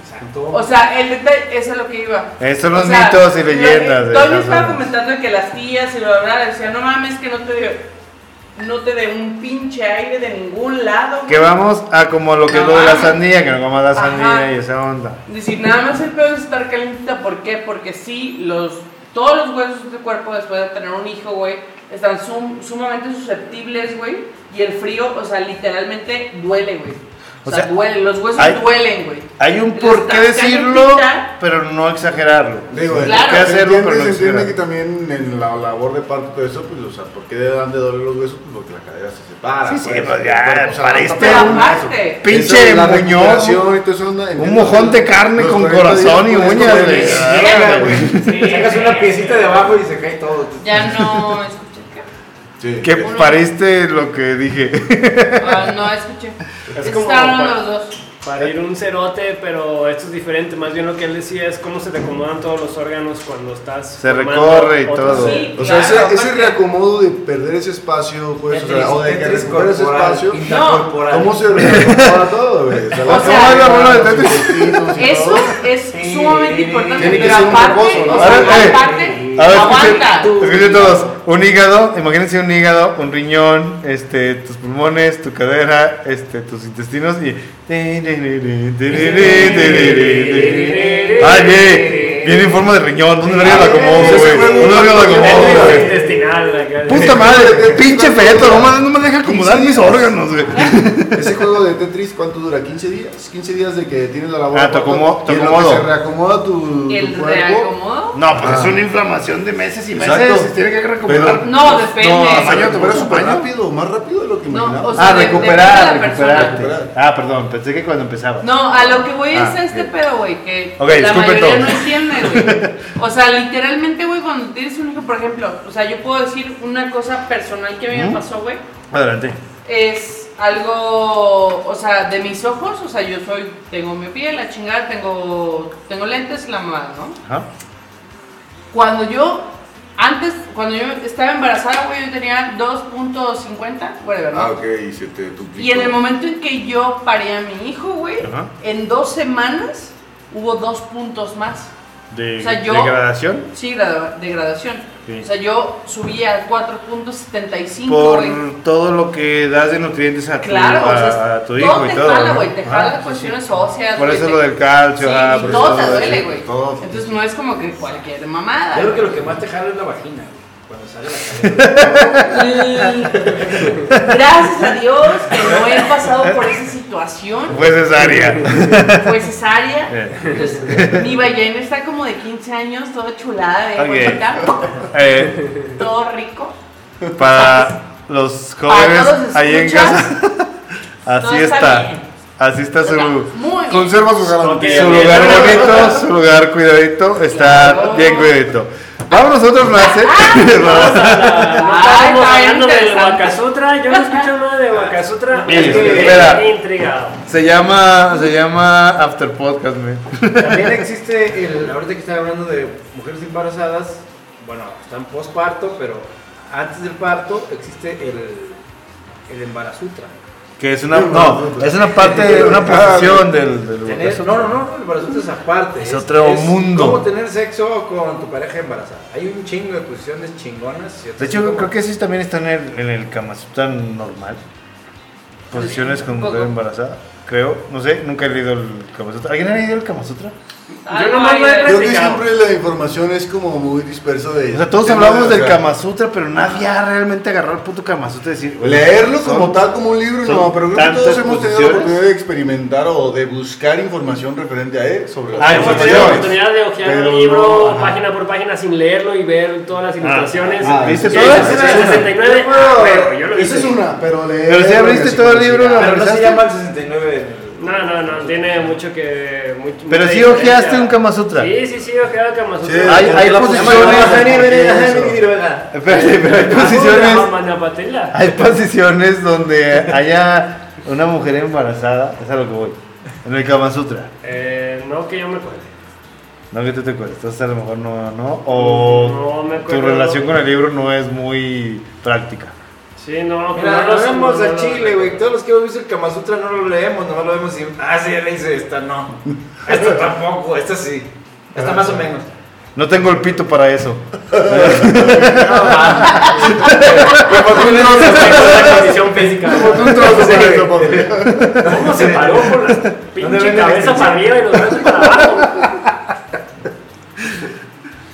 S5: Exacto.
S4: O sea, el detalle, eso es lo que iba.
S2: Esos Oh. Eh, son
S4: O
S2: los
S4: sea,
S2: mitos y
S4: lo-
S2: leyendas. de
S4: Toño
S2: las
S4: estaba
S2: zonas.
S4: comentando que las tías y lo hablar decían, no mames, que no te dio- no te dé un pinche aire de ningún lado.
S2: Que vamos a como lo que es lo de la sandía, que no comas la sandía
S4: Ajá.
S2: y esa onda.
S4: Decir, nada más el pedo es estar calentita, ¿por qué? Porque sí, los, todos los huesos de tu cuerpo después de tener un hijo, güey, están sum- sumamente susceptibles, güey, y el frío, o sea, literalmente duele, güey. O,
S2: O
S4: sea,
S2: sea,
S4: duele, los huesos
S2: hay-
S4: duelen, güey.
S2: Hay un
S4: Pero
S2: por qué
S4: estás
S2: decirlo,
S4: calentita,
S2: pero no exagerarlo.
S3: Digo,
S4: Claro.
S3: claro,
S4: Hay que
S2: hacerlo,
S3: entiende,
S2: pero no
S3: se entiende
S2: exagerar.
S3: que también en la labor de parto y todo eso, pues, o sea, ¿por qué dan de doler los huesos? Pues porque la cadera se separa.
S2: Sí, sí,
S3: pues,
S2: pues,
S3: el
S2: ya,
S3: cuerpo se
S2: parece
S3: levanta
S4: Pero
S2: un-
S4: aparte,
S2: Pinche
S3: la
S2: muñón.
S3: recuperación y toda esa onda,
S2: Un
S3: entiendo,
S2: mojón de
S3: los
S2: carne con
S3: 40 días,
S2: corazón y
S3: pues,
S2: uñas,
S3: esto
S2: güey.
S3: es-
S2: Ah, güey.
S5: Sacas una piecita de abajo y se cae todo.
S4: ya no escuché. ¿qué?
S3: Sí.
S2: Que pariste lo que dije.
S4: Ah, no escuché.
S7: Es
S4: Es
S7: como-
S4: hablando los dos.
S7: Para ir un cerote, pero esto es diferente. Más bien lo que él decía es cómo se te acomodan todos los órganos cuando estás.
S2: Se
S7: formando
S2: recorre y
S7: otro
S2: todo.
S7: ser.
S4: Sí,
S3: O sea,
S4: claro,
S3: ese, ese
S4: aparte-
S3: reacomodo de perder ese espacio, pues, o, sea, o de que
S5: Tetris
S3: recuperes ese
S5: corporal,
S3: espacio,
S5: intercorporal.
S3: ¿cómo se reacomodora todo, güey? O sea, la
S4: O sea,
S3: cama,
S4: la
S2: bola de
S3: los
S2: Tetris.
S3: intestinos y
S4: Eso
S3: todo.
S4: es
S5: Sí.
S4: sumamente importante,
S3: Tiene que
S4: pero
S3: ser un
S4: aparte,
S3: reposo, ¿no?
S4: o sea,
S2: A ver, eh,
S4: aparte,
S2: A ver, escuchen,
S4: aguanta.
S2: escuchen todos. Un hígado, imagínense un hígado, un riñón, este, tus pulmones, tu cadera, este, tus intestinos y. Ay, güey. Viene en forma de riñón. ¿Dónde verga lo acomodo,
S3: Ese
S2: güey?
S3: fue un-
S2: ¿Dónde verga lo acomodo,
S7: Es
S2: güey?
S7: intestinal. acá.
S2: Puta madre, qué pinche feto. No, mames, no me deja acomodar mis órganos, güey.
S3: Ese juego de Tetris, ¿cuánto dura? ¿15 días? 15 días de que tienes la labor.
S2: Ah, te acomo- te
S3: y en lo que
S2: acomodo.
S3: se reacomoda tu,
S4: ¿El
S3: tu cuerpo.
S4: reacomodo?
S2: No, pues
S3: Ah.
S2: es una inflamación de meses y meses.
S3: Exacto.
S2: Tiene que
S3: Pero-
S2: recuperar.
S4: No, depende.
S2: No,
S3: Mañana te verás
S2: Acomodo.
S3: súper rápido, más rápido de lo que
S4: No,
S3: imaginaba.
S4: o sea,
S2: Ah,
S4: de-
S2: recuperar,
S4: depende de la
S2: recuperarte.
S3: persona.
S2: Ah, perdón, pensé que cuando empezaba.
S4: No, a lo que voy es
S2: Ah,
S4: a este
S2: ok.
S4: pedo, güey, que
S2: Ok,
S4: la
S2: disculpen
S4: mayoría
S2: todos.
S4: no entiende, güey. O sea, literalmente, güey, cuando tienes un hijo, por ejemplo, o sea, yo puedo decir una cosa personal que a mí me pasó, güey,
S2: Adelante.
S4: es algo, o sea, de mis ojos, o sea, yo soy, tengo miopía, la chingada, tengo, tengo lentes, la mamada, ¿no?
S2: Ajá.
S4: Cuando yo, antes, cuando yo estaba embarazada, güey, yo tenía 2.50, whatever, ¿no?
S3: Ah, ok, y se te duplicó.
S4: Y en el momento en que yo paré a mi hijo, güey,
S2: Ajá.
S4: en dos semanas hubo dos puntos más.
S2: De,
S4: O sea, yo-
S2: de gradación.
S4: Sí, gra- de gradación.
S2: Sí.
S4: O sea, yo subí a 4.75,
S2: Por
S4: güey.
S2: todo lo que das de nutrientes a tu,
S4: Claro,
S2: a,
S4: o sea,
S2: a tu
S4: todo
S2: hijo
S4: te
S2: y todo.
S4: jala,
S2: ¿no?
S4: güey, te
S2: Ajá,
S4: jala
S2: sí,
S4: cuestiones
S2: sí.
S4: óseas.
S2: Por
S4: güey,
S2: eso
S4: te-
S2: lo del calcio,
S4: Sí,
S2: ajá, por
S4: y
S2: eso
S4: todo te
S2: lo de-
S4: duele, güey.
S3: todo.
S4: Entonces no es como que cualquier mamada.
S5: Yo creo que
S4: güey.
S5: lo que más te jala es la vagina, güey, Cuando sale la cadena.
S4: Y Gracias a Dios que no he pasado por esa situación.
S2: Fue cesárea.
S4: Fue cesárea.
S2: Eh,
S4: Entonces, mi ballena está como de 15 años, toda chulada,
S2: Ok.
S4: de
S2: eh,
S4: todo rico.
S2: para los jóvenes
S4: Para todos
S2: ahí en
S4: escuchas,
S2: casa. Así
S4: está
S2: está.
S4: bien.
S2: Así está su.
S4: Muy bien.
S2: Conserva su
S7: Con
S2: garantía.
S7: que-
S2: Su lugar bonito, su lugar cuidadito, está
S4: Claro. Ah.
S2: bien cuidadito. Vámonos a otra frase.
S7: No
S4: Ay,
S7: estábamos
S4: está bien
S7: hablando de
S4: interesante.
S7: Wakasutra. Yo no he escuchado nada de Wakasutra.
S2: Sí,
S7: Estoy
S2: espera.
S7: intrigado.
S2: se llama, se llama After Podcast, me.
S5: También existe el, ahorita que estaba hablando de mujeres embarazadas, bueno, están postparto, pero antes del parto existe el, el embarazutra.
S2: Que es una, no, es una parte, una posición del, del
S5: Tener- no, no, no, el embarazutra es aparte.
S2: Es otro mundo.
S5: Cómo tener sexo con tu pareja embarazada. Hay un chingo de posiciones chingonas. y otras
S2: De hecho,
S5: como-
S2: creo que sí también está en el, en el Kama Sutra normal. Posiciones con mujer
S4: Poco.
S2: embarazada, creo. No sé, nunca he leído el Kama Sutra. ¿Alguien ha leído el Kama Sutra?
S4: Ay,
S7: Yo
S4: no,
S7: nomás
S4: ay,
S7: lo he
S4: ay.
S3: Creo que
S7: Platicamos.
S3: siempre la información es como muy disperso de...
S2: O sea, todos
S3: de-
S2: hablamos del
S3: o sea,
S2: Kama Sutra, pero nadie ha realmente agarrado el puto Kama Sutra y decir...
S3: Leerlo como
S2: son-
S3: tal, como un libro,
S2: son
S3: no, pero creo que todos
S2: tantas
S3: hemos tenido la
S2: posiciones.
S3: oportunidad de experimentar o de buscar información referente a él sobre
S2: Ah,
S7: Hemos
S2: sí,
S7: tenido
S2: sí,
S7: la
S2: sí.
S7: oportunidad de ojear
S3: Pero
S7: un libro
S3: no,
S7: página por página sin leerlo y ver todas las ilustraciones.
S3: ah,
S2: ¿Viste
S7: Sí,
S2: todas?
S7: esa es la de
S2: Esa es una.
S7: 69. Ah, pero yo lo
S3: Esa es
S7: hice.
S3: una, pero leer...
S2: Pero si abriste Este todo el libro,
S5: Pero no
S2: ¿Revisaste?
S5: se llama el 69.
S7: No, no, no, tiene mucho que. mucho-
S2: Pero
S7: mucha
S2: sí
S7: diferencia.
S2: ojeaste un Kama Sutra.
S7: Sí, sí, sí, ojeaba Kama Sutra.
S3: Sí.
S2: Hay, hay
S3: La
S2: posiciones...
S3: posición-
S2: Espérate, pero hay
S7: Ah,
S2: posiciones...
S7: una mamanapatela.
S2: Hay posiciones donde haya una mujer embarazada, es a lo que voy, en el Kama Sutra.
S7: Eh, no, que yo me acuerde.
S2: No que tú te acuerdes, entonces a lo mejor no, ¿no? O
S7: No me
S2: tu
S7: acuerdo.
S2: relación con el libro no es muy práctica.
S7: Sí, no,
S5: Mira,
S7: no
S5: lo
S7: sé,
S5: vemos
S7: no,
S5: a
S7: no,
S5: Chile, güey. Todos los que hemos visto el Kama Sutra no lo leemos, nomás lo vemos y. Ah, sí, le hice esta, no. Esta tampoco, esta sí. Esta más o menos.
S2: No tengo el pito para eso.
S7: la condición física.
S5: Pues,
S7: ¿Cómo se paró con la
S5: ¿Dónde
S7: pinche
S5: venden
S7: cabeza
S5: extensiones?
S7: para arriba y los brazos para abajo?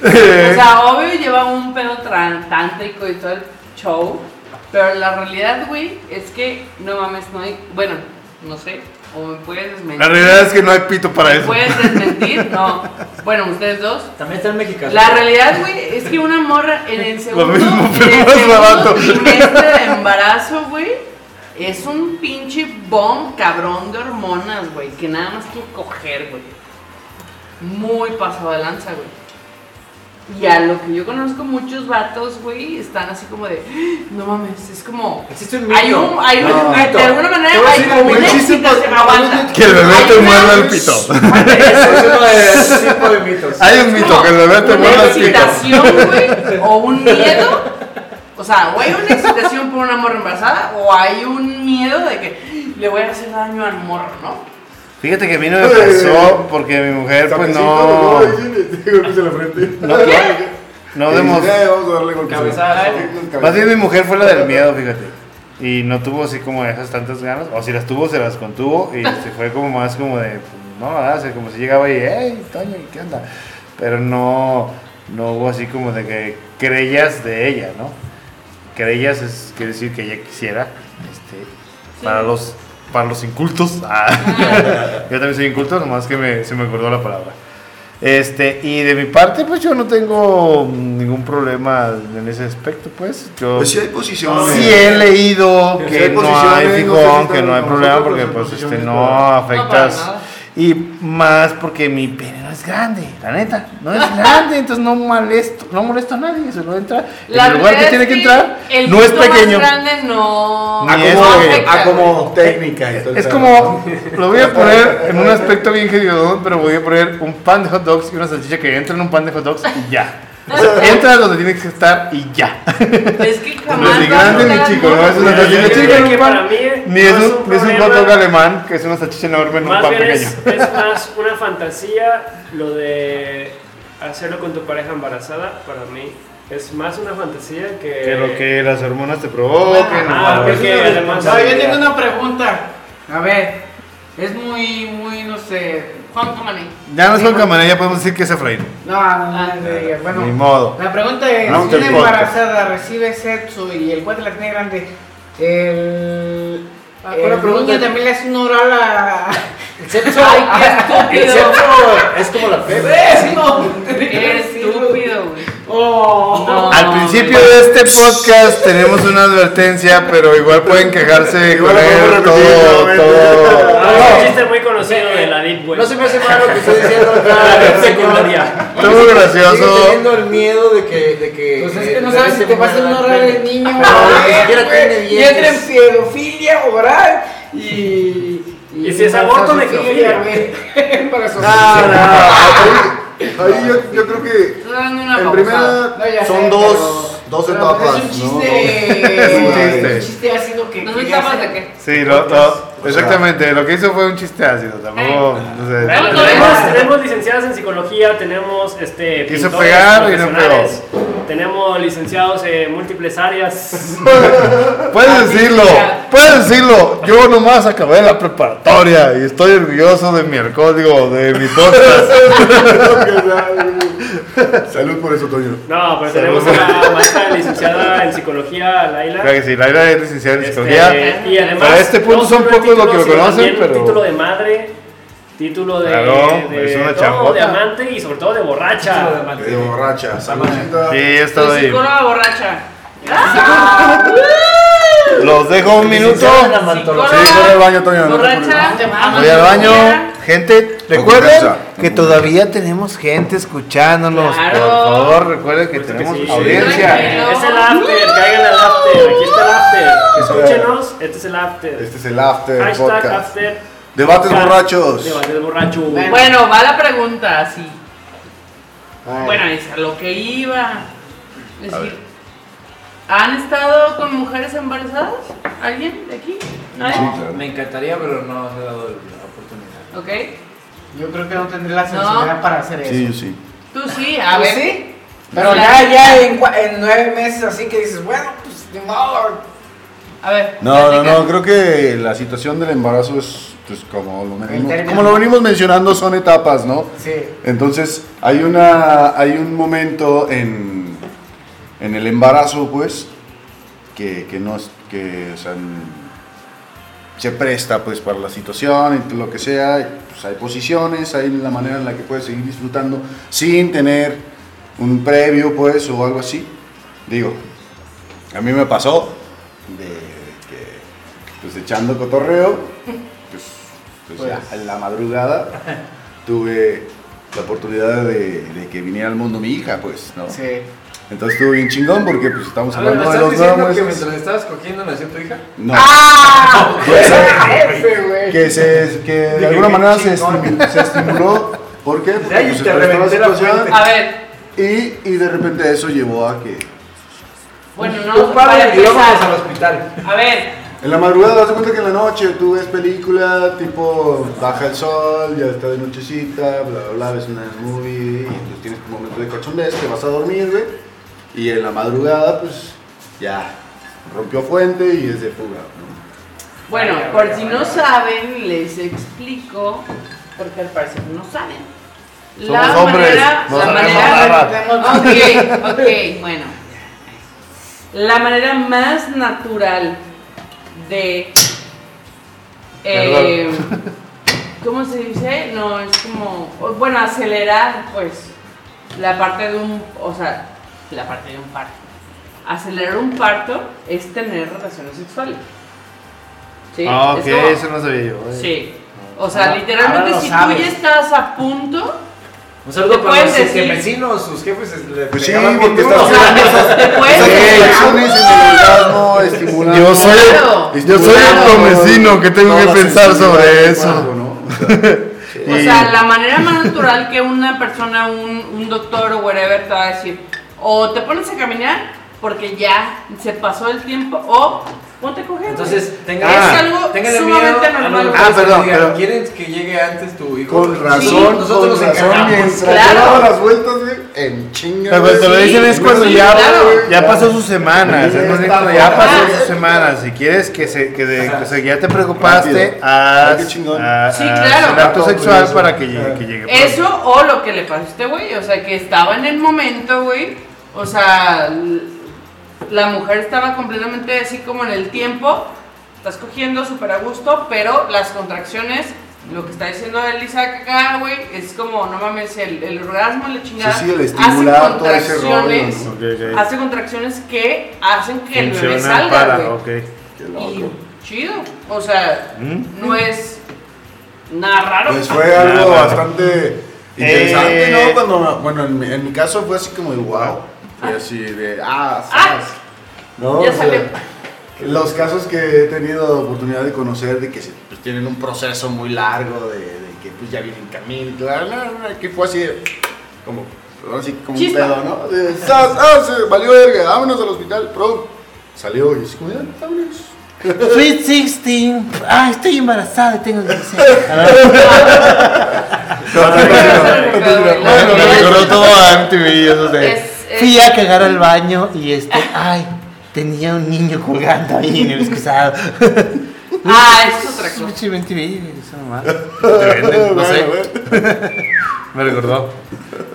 S4: O sea, obvio lleva un pedo tran- tántrico y todo el show. Pero la realidad, güey, es que no mames, no hay. Bueno, no sé. O me puedes desmentir.
S2: La realidad es que no hay pito para
S4: ¿Me
S2: eso.
S4: puedes desmentir? No. Bueno, ustedes dos.
S5: También está el mexicano.
S4: La realidad, güey, es que una morra en el segundo,
S2: mismo, pero
S4: en el
S2: más
S4: segundo
S2: barato.
S4: trimestre de embarazo, güey, es un pinche bomb cabrón de hormonas, güey, que nada más quiere coger, güey. Muy pasado de lanza, güey. Y a lo que yo conozco, muchos vatos, güey, están así como de, no mames, es como...
S5: Existe un mito.
S4: Hay un, hay un,
S5: No.
S4: de alguna manera
S5: Te voy a
S4: hay
S5: decir
S4: como
S5: algo.
S4: un
S5: Existe
S4: éxito,
S5: por-
S4: se aguanta.
S2: Que el bebé
S4: Hay
S2: te
S4: una-
S2: muerda el pito.
S5: Es uno de ese tipo de mitos.
S2: Hay un mito
S4: como
S2: que el bebé te
S4: una
S2: muerda el pito.
S4: excitación, güey, o un miedo. O sea, o hay una excitación por una morra embarazada, o hay un miedo de que le voy a hacer daño al morro, ¿no?
S2: Fíjate que a mí no me pasó porque mi mujer pues no,
S3: No,
S2: no demos-
S3: Vamos a darle golpes.
S5: Cabezazo.
S2: Más bien mi mujer fue la del miedo, fíjate. Y no tuvo así como esas tantas ganas. O si las tuvo, se las este, contuvo. Y se fue como más como de. pues, No, nada, o sea, como si llegaba y. ¡Ey, Toño, ¿qué onda? Pero no, no hubo así como de que creías de ella, ¿no? Creías es, quiere decir que ella quisiera. Este, Para los para los incultos. Ah. yo también soy inculto, nomás que me- se me acordó la palabra. Este, y de mi parte, pues yo no tengo ningún problema en ese aspecto, pues. Yo
S3: Pues sí hay posiciones.
S2: Ah, sí eh, he leído
S3: Sí,
S2: que
S3: hay
S2: no hay
S3: posiciones, no sé si
S2: fijón,
S3: están
S2: que no hay
S3: con
S2: problema,
S3: nosotros,
S2: porque
S3: pero
S2: pues
S3: son
S2: este,
S3: posiciones
S2: no
S3: para-
S2: afectas.
S4: No, para nada.
S2: Y más porque mi pene no es grande, la neta, no es grande, entonces no molesto, no molesto a nadie, se lo entra. En
S4: La
S2: el lugar
S4: verdad
S2: que
S4: es
S2: tiene que entrar,
S4: el
S2: no es
S4: pito más
S2: pequeño.
S4: grande no.
S2: Ni es
S3: como,
S4: afecta,
S3: a
S4: Ah, güey.
S3: como técnica. y todo el
S2: Es
S3: pedo,
S2: como, lo voy a poner en un
S3: ¿no?
S2: aspecto bien jodido, pero voy a poner un pan de hot dogs y una salchicha que entra en un pan de hot dogs y ya. O sea, entra donde tiene que estar y ya.
S4: Es que
S2: No es pues,
S4: jamás.
S2: ni
S4: vas a
S2: grande ni
S4: estar
S2: chico, no
S4: gordo.
S2: es una
S7: Yo
S2: salchicha
S7: diría
S2: chica en
S7: que
S2: un pan.
S7: para mí
S2: Ni es
S7: no
S2: un,
S7: es un
S2: ni es un hot
S7: problema.
S2: dog alemán que es una salchicha enorme en un
S7: Más
S2: pan
S7: bien
S2: pequeño.
S7: es, es más una fantasía lo de hacerlo con tu pareja embarazada, para mí. Es más una fantasía que...
S2: Que lo que pues las hormonas te provoquen.
S7: Ah,
S2: o-
S7: porque además...
S6: No, yo tengo una pregunta. A ver, es muy, muy, no sé.
S4: Juan Camaney.
S2: Ya no es con camarera, ya podemos decir que es Efraín.
S6: No, no, no, no, no,
S2: Ni
S6: bueno.
S2: modo.
S6: La pregunta es,
S2: No,
S6: si
S2: del
S6: una
S2: podcast.
S6: embarazada recibe sexo y el cuate la tiene grande, el...
S5: Ah,
S6: el
S5: buena pregunta.
S6: niño también le hace un oral a...
S5: El sexo,
S4: Ay, qué
S5: el
S4: estúpido.
S5: sexo es como la fe.
S4: Qué estúpido, güey.
S6: Oh.
S4: No,
S2: Al principio de este podcast tenemos una advertencia, pero igual pueden quejarse con
S3: Igual lo
S2: él
S3: podemos
S2: todo,
S3: repetir
S2: todo.
S7: Ah, es un chiste muy conocido de la Deep Web. Ah,
S5: No se me Ah, hace malo que esté diciendo acá.
S7: La
S5: secundaria.
S7: secundaria.
S2: Estuvo gracioso.
S5: Sigue teniendo el miedo de que. De que
S6: Pues es que
S5: eh,
S6: no
S5: de
S6: sabes
S5: que
S6: si
S5: se
S6: te va a hacer un
S5: muera
S6: oral
S5: la
S6: el
S5: pena.
S6: niño.
S5: No, ni siquiera tiene
S6: Y entra en
S5: dientes.
S6: pedofilia oral y...
S7: Y si es aborto, necrofilia.
S6: Para su
S3: No, no, ahí, ahí yo, yo creo que
S4: Estoy dando una
S3: en
S4: pausada.
S3: primera son dos, dos
S6: pero
S3: etapas.
S6: Es un
S3: ¿no?
S6: chiste.
S2: Es un chiste.
S6: un chiste ácido que.
S4: No
S6: que
S4: soy capaz
S6: hace-
S4: de qué.
S2: Sí, lo, lo- exactamente. Lo que hizo fue un chiste ácido. Tampoco. no sé.
S7: Bueno, tenemos, tenemos licenciadas en psicología, tenemos este,
S2: Quiso
S7: pintores
S2: pegar y no
S7: profesionales, tenemos licenciados en múltiples áreas.
S2: Puedes decirlo, puedes decirlo. Yo nomás acabé la preparatoria y estoy orgulloso de mi alcohol, digo, de mi podcast.
S3: Salud por eso, Toño.
S7: No, pero tenemos a la maestra licenciada en psicología, Laila.
S2: Claro que sí, Laila es licenciada en
S7: Este,
S2: psicología.
S7: y además,
S2: Para este punto
S7: no
S2: son
S7: solo el
S2: pocos los que lo
S7: sino
S2: conocen,
S7: también
S2: pero-
S7: Título de madre, título de.
S2: Claro,
S7: de
S2: es una
S7: todo,
S2: chambota.
S7: de amante y sobre todo de borracha.
S3: De borracha. Saludcita.
S2: Sí, he estado
S4: Soy
S2: ahí.
S4: psicóloga borracha.
S2: Los dejo un minuto.
S5: Licenciada en amantología.
S4: Psicóloga
S3: voy al baño, Toño, no te
S4: Borracha.
S6: preocupes.
S2: Voy
S4: amante
S2: al
S4: soltera.
S2: baño. Gente, recuerden
S3: confianza.
S2: que todavía tenemos gente escuchándonos.
S4: Claro.
S2: Por favor, recuerden que
S7: Por supuesto
S2: tenemos
S7: que sí.
S2: audiencia.
S4: Tranquilo.
S7: Es el after, caigan al after. Aquí está el after. Escúchenos, este es el after.
S3: Este es el after
S7: Hashtag
S3: podcast.
S7: after.
S3: Debates
S7: podcast.
S3: borrachos.
S7: Debates borrachos.
S4: Bueno, va la pregunta así.
S3: Ay.
S4: Bueno, es a lo que iba. Es decir, ¿han estado con mujeres embarazadas? ¿Alguien de aquí? ¿Nadie?
S5: Me encantaría, pero no se ha dado la oportunidad.
S4: Ok.
S6: Yo creo que no tendré la sensibilidad para hacer eso. Pues
S3: Sí, sí.
S4: Tú sí, a ver.
S6: sí. Pero
S4: Sí.
S6: ya, ya en, cua- en nueve meses así que dices, bueno, pues de modo.
S4: A ver.
S3: No, no, no,
S4: platica.
S3: creo que la situación del embarazo es, pues, como lo
S6: término.
S3: venimos, como lo venimos mencionando, son etapas, ¿no?
S6: Sí.
S3: Entonces, hay, una, hay un momento en, en el embarazo, pues, que, que no es, que, o sea, n- se presta, pues, para la situación, y lo que sea, y, pues, hay posiciones, hay la manera en la que puedes seguir disfrutando sin tener un previo, pues, o algo así. Digo, a mí me pasó de que, pues, echando cotorreo, pues, pues, a la madrugada tuve la oportunidad de, de que viniera al mundo mi hija, pues, ¿no?
S6: Sí.
S3: Entonces estuvo bien chingón porque pues estamos
S5: A ver, ¿me
S3: hablando de
S5: estás
S3: los nueve
S5: diciendo que Ah,
S3: meses.
S5: mientras estabas cogiendo nació tu hija?
S3: No,
S6: Ese, güey.
S3: que, se, que de alguna manera se, estimu- se estimuló. ¿Por qué? Porque
S5: ahí
S3: pues,
S5: te
S3: se prestó la
S5: reventé la
S3: situación
S4: A ver.
S3: y, y de repente eso llevó a que...
S4: Bueno, no.
S5: Tú para y
S4: empezar.
S5: vámonos al hospital.
S4: A ver.
S3: En la madrugada, das cuenta que en la noche tú ves película, tipo baja el sol, ya está de nochecita, bla, bla, bla, ves una movie y pues tienes un momento de cachondez, te vas a dormir, güey. Y en la madrugada, pues ya rompió fuente y es de fuga, ¿no?
S4: Bueno, por si no saben, les explico, porque al parecer no saben. La
S3: Somos hombres,
S4: manera,
S3: no
S4: la
S3: sabemos
S4: manera,
S3: nada.
S4: Ok, ok, bueno. La manera más natural de. eh, ¿Cómo se dice? No, es como. o- Bueno, acelerar, pues. La parte de un. O sea, la parte de un parto. Acelerar un parto es tener relaciones sexuales. Sí,
S2: Ah,
S4: es
S2: ok,
S4: como-
S2: eso no sabía yo. eh.
S4: Sí. O sea,
S5: Ahora-
S4: literalmente
S5: ahora lo
S4: si
S5: sabes.
S4: tú ya estás a punto,
S5: Un
S4: ¿Te
S5: saludo para
S4: puedes
S5: los
S4: decir?
S5: que vecinos, sus jefes es- le
S3: Pues sí,
S5: pegaban bien
S3: porque
S5: duro.
S4: o
S3: estás-
S4: sea, te puedes
S3: Saqué
S4: decir,
S3: elecciones en el orgasmo estimulando.
S2: Yo soy,
S4: Claro.
S2: yo soy
S4: Claro.
S2: el comecino que tengo que
S3: Todas las
S2: pensar sobre
S3: sensibilidades del
S2: eso.
S3: cuerpo, ¿no?
S4: O sea, la manera más natural que una persona, un, un doctor o whatever te va a decir, o te pones a caminar porque ya se pasó el tiempo, o ponte a coger.
S5: Entonces, tengan,
S4: Es algo
S5: ténganle
S4: sumamente
S5: miedo a los
S4: normal.
S5: doctores
S2: Ah, perdón,
S5: que digan,
S2: pero-
S5: ¿Quieren que llegue antes tu hijo?
S3: Con
S5: Sí,
S3: razón,
S5: nosotros
S3: con
S5: nos
S3: razón,
S5: encargamos.
S3: mientras
S4: Claro.
S3: daba las vueltas, güey, en chinga.
S2: Pero cuando lo
S3: güey.
S2: dicen es cuando
S3: Sí,
S2: ya,
S4: claro.
S2: ya pasó sus semanas.
S3: Sí,
S2: es más bien
S3: está
S2: cuando ya
S3: bueno.
S2: pasó sus semanas. Si quieres que, se, que, de-
S5: Ajá.
S2: o sea, que ya te preocupaste,
S3: Rápido. Ay, qué
S2: haz,
S3: chingón.
S2: haz-
S4: Sí,
S2: haz
S4: claro.
S2: el acto
S3: Todo
S2: sexual
S3: eso.
S2: para que llegue. Que llegue pronto.
S4: Eso o lo que le pasó a este güey, o sea, que estaba en el momento, güey. O sea, l- la mujer estaba completamente así como en el tiempo, estás cogiendo súper a gusto, pero las contracciones, lo que está diciendo Elisa acá, güey, es como, no mames, el, el orgasmo, la chingada.
S3: Sí, sí, el
S4: hace
S3: estimular todo ese rollo,
S4: contracciones-
S3: ¿no?
S2: Ok, ok.
S4: Hace contracciones que hacen que el bebé
S2: Funcionan
S4: salga,
S2: para,
S4: güey.
S2: ok.
S3: Qué
S4: Y
S3: loco.
S4: chido, o sea,
S2: ¿Mm?
S4: no es nada raro.
S3: Pues fue algo
S2: Nada.
S3: bastante interesante,
S2: Eh.
S3: ¿no? Cuando, bueno, en mi, en mi caso fue así como de wow. Fue así de, ah,
S4: Ah.
S3: zas. ¿No?
S4: Ya
S3: O sea,
S4: salió.
S3: Los casos que he tenido oportunidad de conocer de que se- pues, tienen un proceso muy largo de, de que pues ya vienen camino y tal, no, no, no, que fue así de, como, así como un
S4: Chispa.
S3: pedo, ¿no? De, zas, ah, se valió verga, vámonos al hospital, pronto. Salió y así como, ya, vámonos.
S2: Sweet 16. Ah, estoy embarazada, tengo 16.
S4: Bueno,
S2: Bueno, me recordó todo a MTV, eso
S4: Es-
S2: sé.
S4: es-
S2: Fui a cagar al baño y este, ay, tenía un niño colgando ahí en el excusado.
S4: Ah, es otra cosa.
S2: Pinche MTV, eso nomás. Te venden, no sé. Me recordó.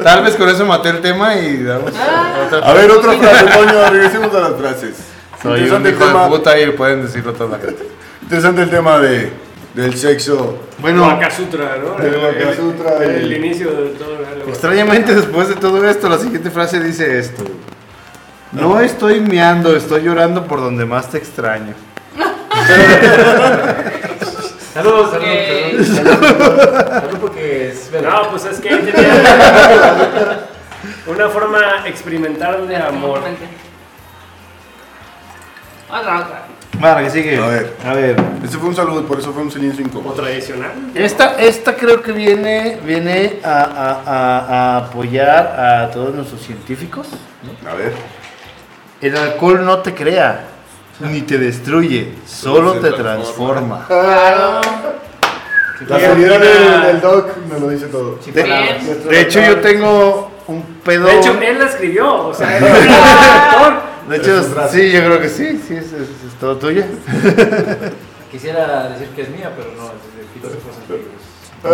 S2: Tal vez con eso maté el tema y damos
S4: Ah.
S2: otra.
S3: A ver, otra frase, coño, regresemos a las frases.
S2: Soy un hijo de puta y pueden decirlo toda la gente.
S3: interesante el tema de, del sexo.
S7: Bueno,
S2: Bueno,
S7: Sutra, ¿no?
S2: Eh,
S3: de Waka Sutra,
S7: El,
S3: el-
S7: el inicio de todo el algo.
S2: extrañamente después de todo esto, la siguiente frase dice esto.
S3: Ah.
S2: No estoy meando, estoy llorando por donde más te extraño.
S5: Saludos,
S4: Ok.
S5: saludos, saludos. saludos. Saludos porque es verdad.
S7: No, pues es que tenía una forma experimental de amor.
S4: Otra, otra.
S2: Vale, que sigue.
S3: A ver.
S2: A ver.
S3: Este fue un saludo, por eso fue un silencio
S7: O
S3: incómodo.
S7: tradicional.
S2: Esta, esta creo que viene, viene a, a- a- a apoyar a todos nuestros científicos.
S3: A ver.
S2: El alcohol no te crea, ni te destruye, solo
S3: se
S2: te transforma.
S3: transforma.
S4: Claro.
S3: La
S7: ¿Qué
S3: salida
S7: opina?
S3: del, del doc me lo dice todo.
S2: De,
S4: palabras.
S2: de hecho, yo tengo un pedo.
S7: De hecho, él la escribió, o sea, él es el autor.
S2: de hecho,
S3: Es un frase.
S2: sí, yo creo que sí, sí, es, es- es todo tuyo.
S5: Quisiera decir que es mía, pero no, es de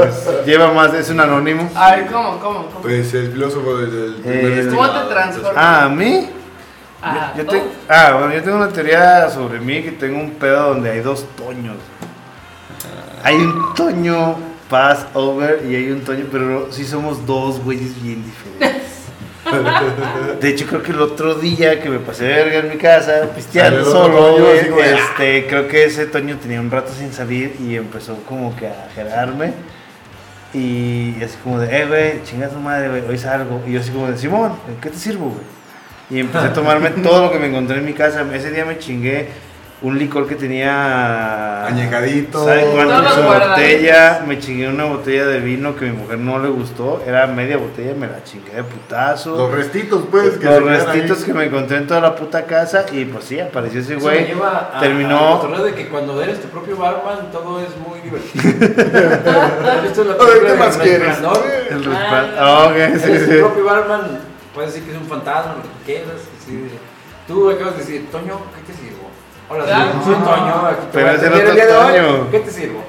S5: Peter Fossil.
S2: Lleva más, es un anónimo.
S4: A ver, ¿cómo, cómo, cómo?
S3: Pues el filósofo del, del primer
S2: Eh,
S4: ¿Cómo
S3: estimado.
S4: te transformas?
S2: Ah, ¿a mí?
S4: Ah,
S2: Yo
S4: oh,
S2: te- ah, bueno, yo tengo una teoría sobre mí que tengo un pedo donde hay dos toños. Hay un toño pass over y hay un toño, pero sí somos dos güeyes bien diferentes. De hecho, creo que el otro día que me pasé de verga en mi casa, pisteando
S3: Salió el otro
S2: solo,
S3: toño,
S2: güey,
S3: así como, "Ah".
S2: este, creo que ese toño tenía un rato sin salir y empezó como que a gerarme. Y así como de, eh, güey, chinga tu madre, güey, hoy salgo. Y yo así como de, Simón, ¿en qué te sirvo, güey? Y empecé a tomarme todo lo que me encontré en mi casa. Ese día me chingué un licor que tenía...
S3: Añejadito.
S2: ¿Sabe cuánto?
S4: No lo
S2: Una
S4: guardas.
S2: botella. Me chingué una botella de vino que a mi mujer no le gustó. Era media botella, me la chingué de putazo.
S3: Los restitos, pues.
S2: Los
S3: se quedan
S2: restitos
S3: ahí.
S2: que me encontré en toda la puta casa. Y pues sí, apareció ese
S5: Eso me
S2: güey.
S5: lleva a- al
S2: Terminó...
S5: cotorreo de que cuando eres tu propio barman todo es muy divertido. ¿Has visto la
S3: A
S5: película
S3: ver, ¿qué
S5: de
S3: más quieres?
S5: Resplandor?
S2: El respal- Ah, ok, sí,
S5: Eres
S2: sí.
S5: tu propio barman, puedes decir que es un fantasma, lo que quieras. así. Tú acabas de decir, Toño, ¿qué te sirvo? Hola,
S4: Ah.
S5: soy soy Toño, aquí te
S2: Pero
S5: voy a
S2: ese era
S5: atender el día de
S2: otro
S5: hoy,
S2: Toño.
S5: ¿Qué te sirvo?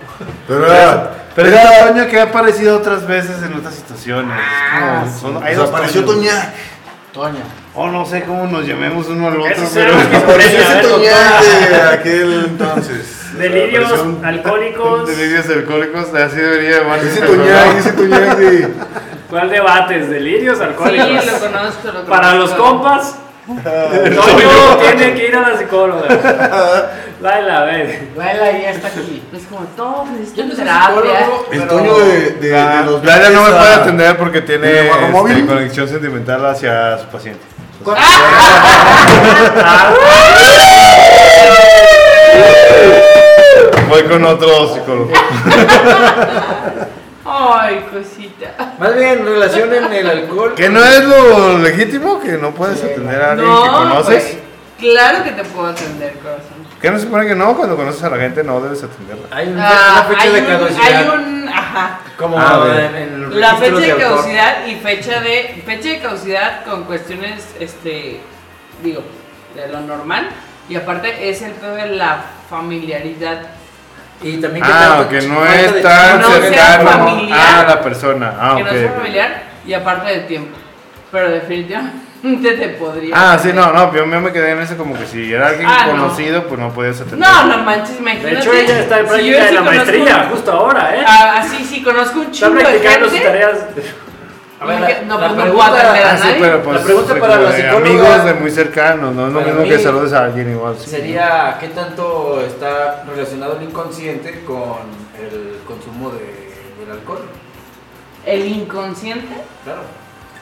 S3: Pero era
S2: Pero es Toño que ha aparecido otras veces en otras situaciones.
S6: Ah,
S2: Es como- son- hay dos
S3: Desapareció
S2: Toños.
S3: Toña.
S6: Toño.
S2: O no sé cómo nos llamemos uno al otro,
S7: Eso será
S2: pero...
S3: Apareció ese
S7: esquizofrenia.
S3: Toña de aquel entonces.
S7: Delirios
S3: Apareció un-
S7: alcohólicos.
S2: Delirios alcohólicos, así debería llamarse.
S3: Ese
S2: esta
S3: Toña,
S2: persona.
S3: ese Toña de.
S7: ¿Cuál debates? Delirios alcohólicos.
S4: Sí, lo conozco, lo conozco.
S7: Para los compas, Toño tiene que ir a la psicóloga. Laila, ven.
S6: Laila ya está aquí.
S4: Es como todo, necesito
S5: Yo no soy
S4: terapia.
S5: psicólogo,
S3: El
S5: pero-
S3: Toño de. de,
S2: Ah,
S3: de los
S2: Laila no me
S3: viajes
S2: puede
S3: a-
S2: atender porque tiene
S3: ¿De Guajamóvil?
S2: este, conexión sentimental hacia su paciente. Voy con otro psicólogo.
S4: Ay, cosita.
S5: Más bien, relacionen el alcohol.
S2: Que no es lo legítimo que no puedes atender a alguien que conoces.
S4: güey. pues, Claro que te puedo atender, corazón.
S2: ¿Qué no se supone que no? Cuando conoces a la gente no debes atenderla.
S5: Hay un-
S4: Ah,
S5: una fecha
S4: hay,
S5: de
S4: un,
S5: caducidad.
S4: hay un. Ajá.
S5: Como
S2: Ah, a ver.
S5: en, en los
S4: La fecha
S5: registros
S4: de
S5: alcohol.
S4: caducidad y fecha de. Fecha de caducidad con cuestiones, este. Digo, de lo normal. Y aparte es el peor de la familiaridad.
S5: Y también que
S2: Ah,
S5: tanto-
S2: que no
S5: cuánto de- Ah,
S2: es tan
S4: no sea
S2: cercano
S4: familiar.
S2: a la persona. Ah,
S4: que
S2: ok.
S4: no es familiar y aparte de tiempo. Pero definitivamente te podría.
S2: Ah, sí, no, no, yo yo me quedé en eso como que si era alguien
S4: Ah, no.
S2: conocido, pues no podías atender.
S4: No, no manches, imagínate.
S7: De hecho, ella está en
S4: Si
S7: práctica
S4: yo
S7: de
S4: sí
S7: la
S4: conozco-
S7: maestría, justo ahora, ¿eh?
S4: Ah, sí, sí, conozco un
S7: Está
S4: chingo de
S7: practicando sus
S4: gente.
S7: tareas.
S5: A ver,
S4: Porque-
S5: la-
S4: no,
S5: la
S4: pues no puedo
S5: pregunta-
S4: atender a
S2: Ah, sí,
S4: nadie.
S2: pero pues
S5: La pregunta
S2: de-
S5: para la
S2: de
S5: psicóloga-
S2: amigos de muy cercanos, no es lo
S5: Para
S2: mismo que
S5: mí-
S2: saludes a alguien igual. sí.
S5: Sería qué tanto está relacionado el inconsciente con el consumo de, del alcohol,
S4: El inconsciente.
S5: claro.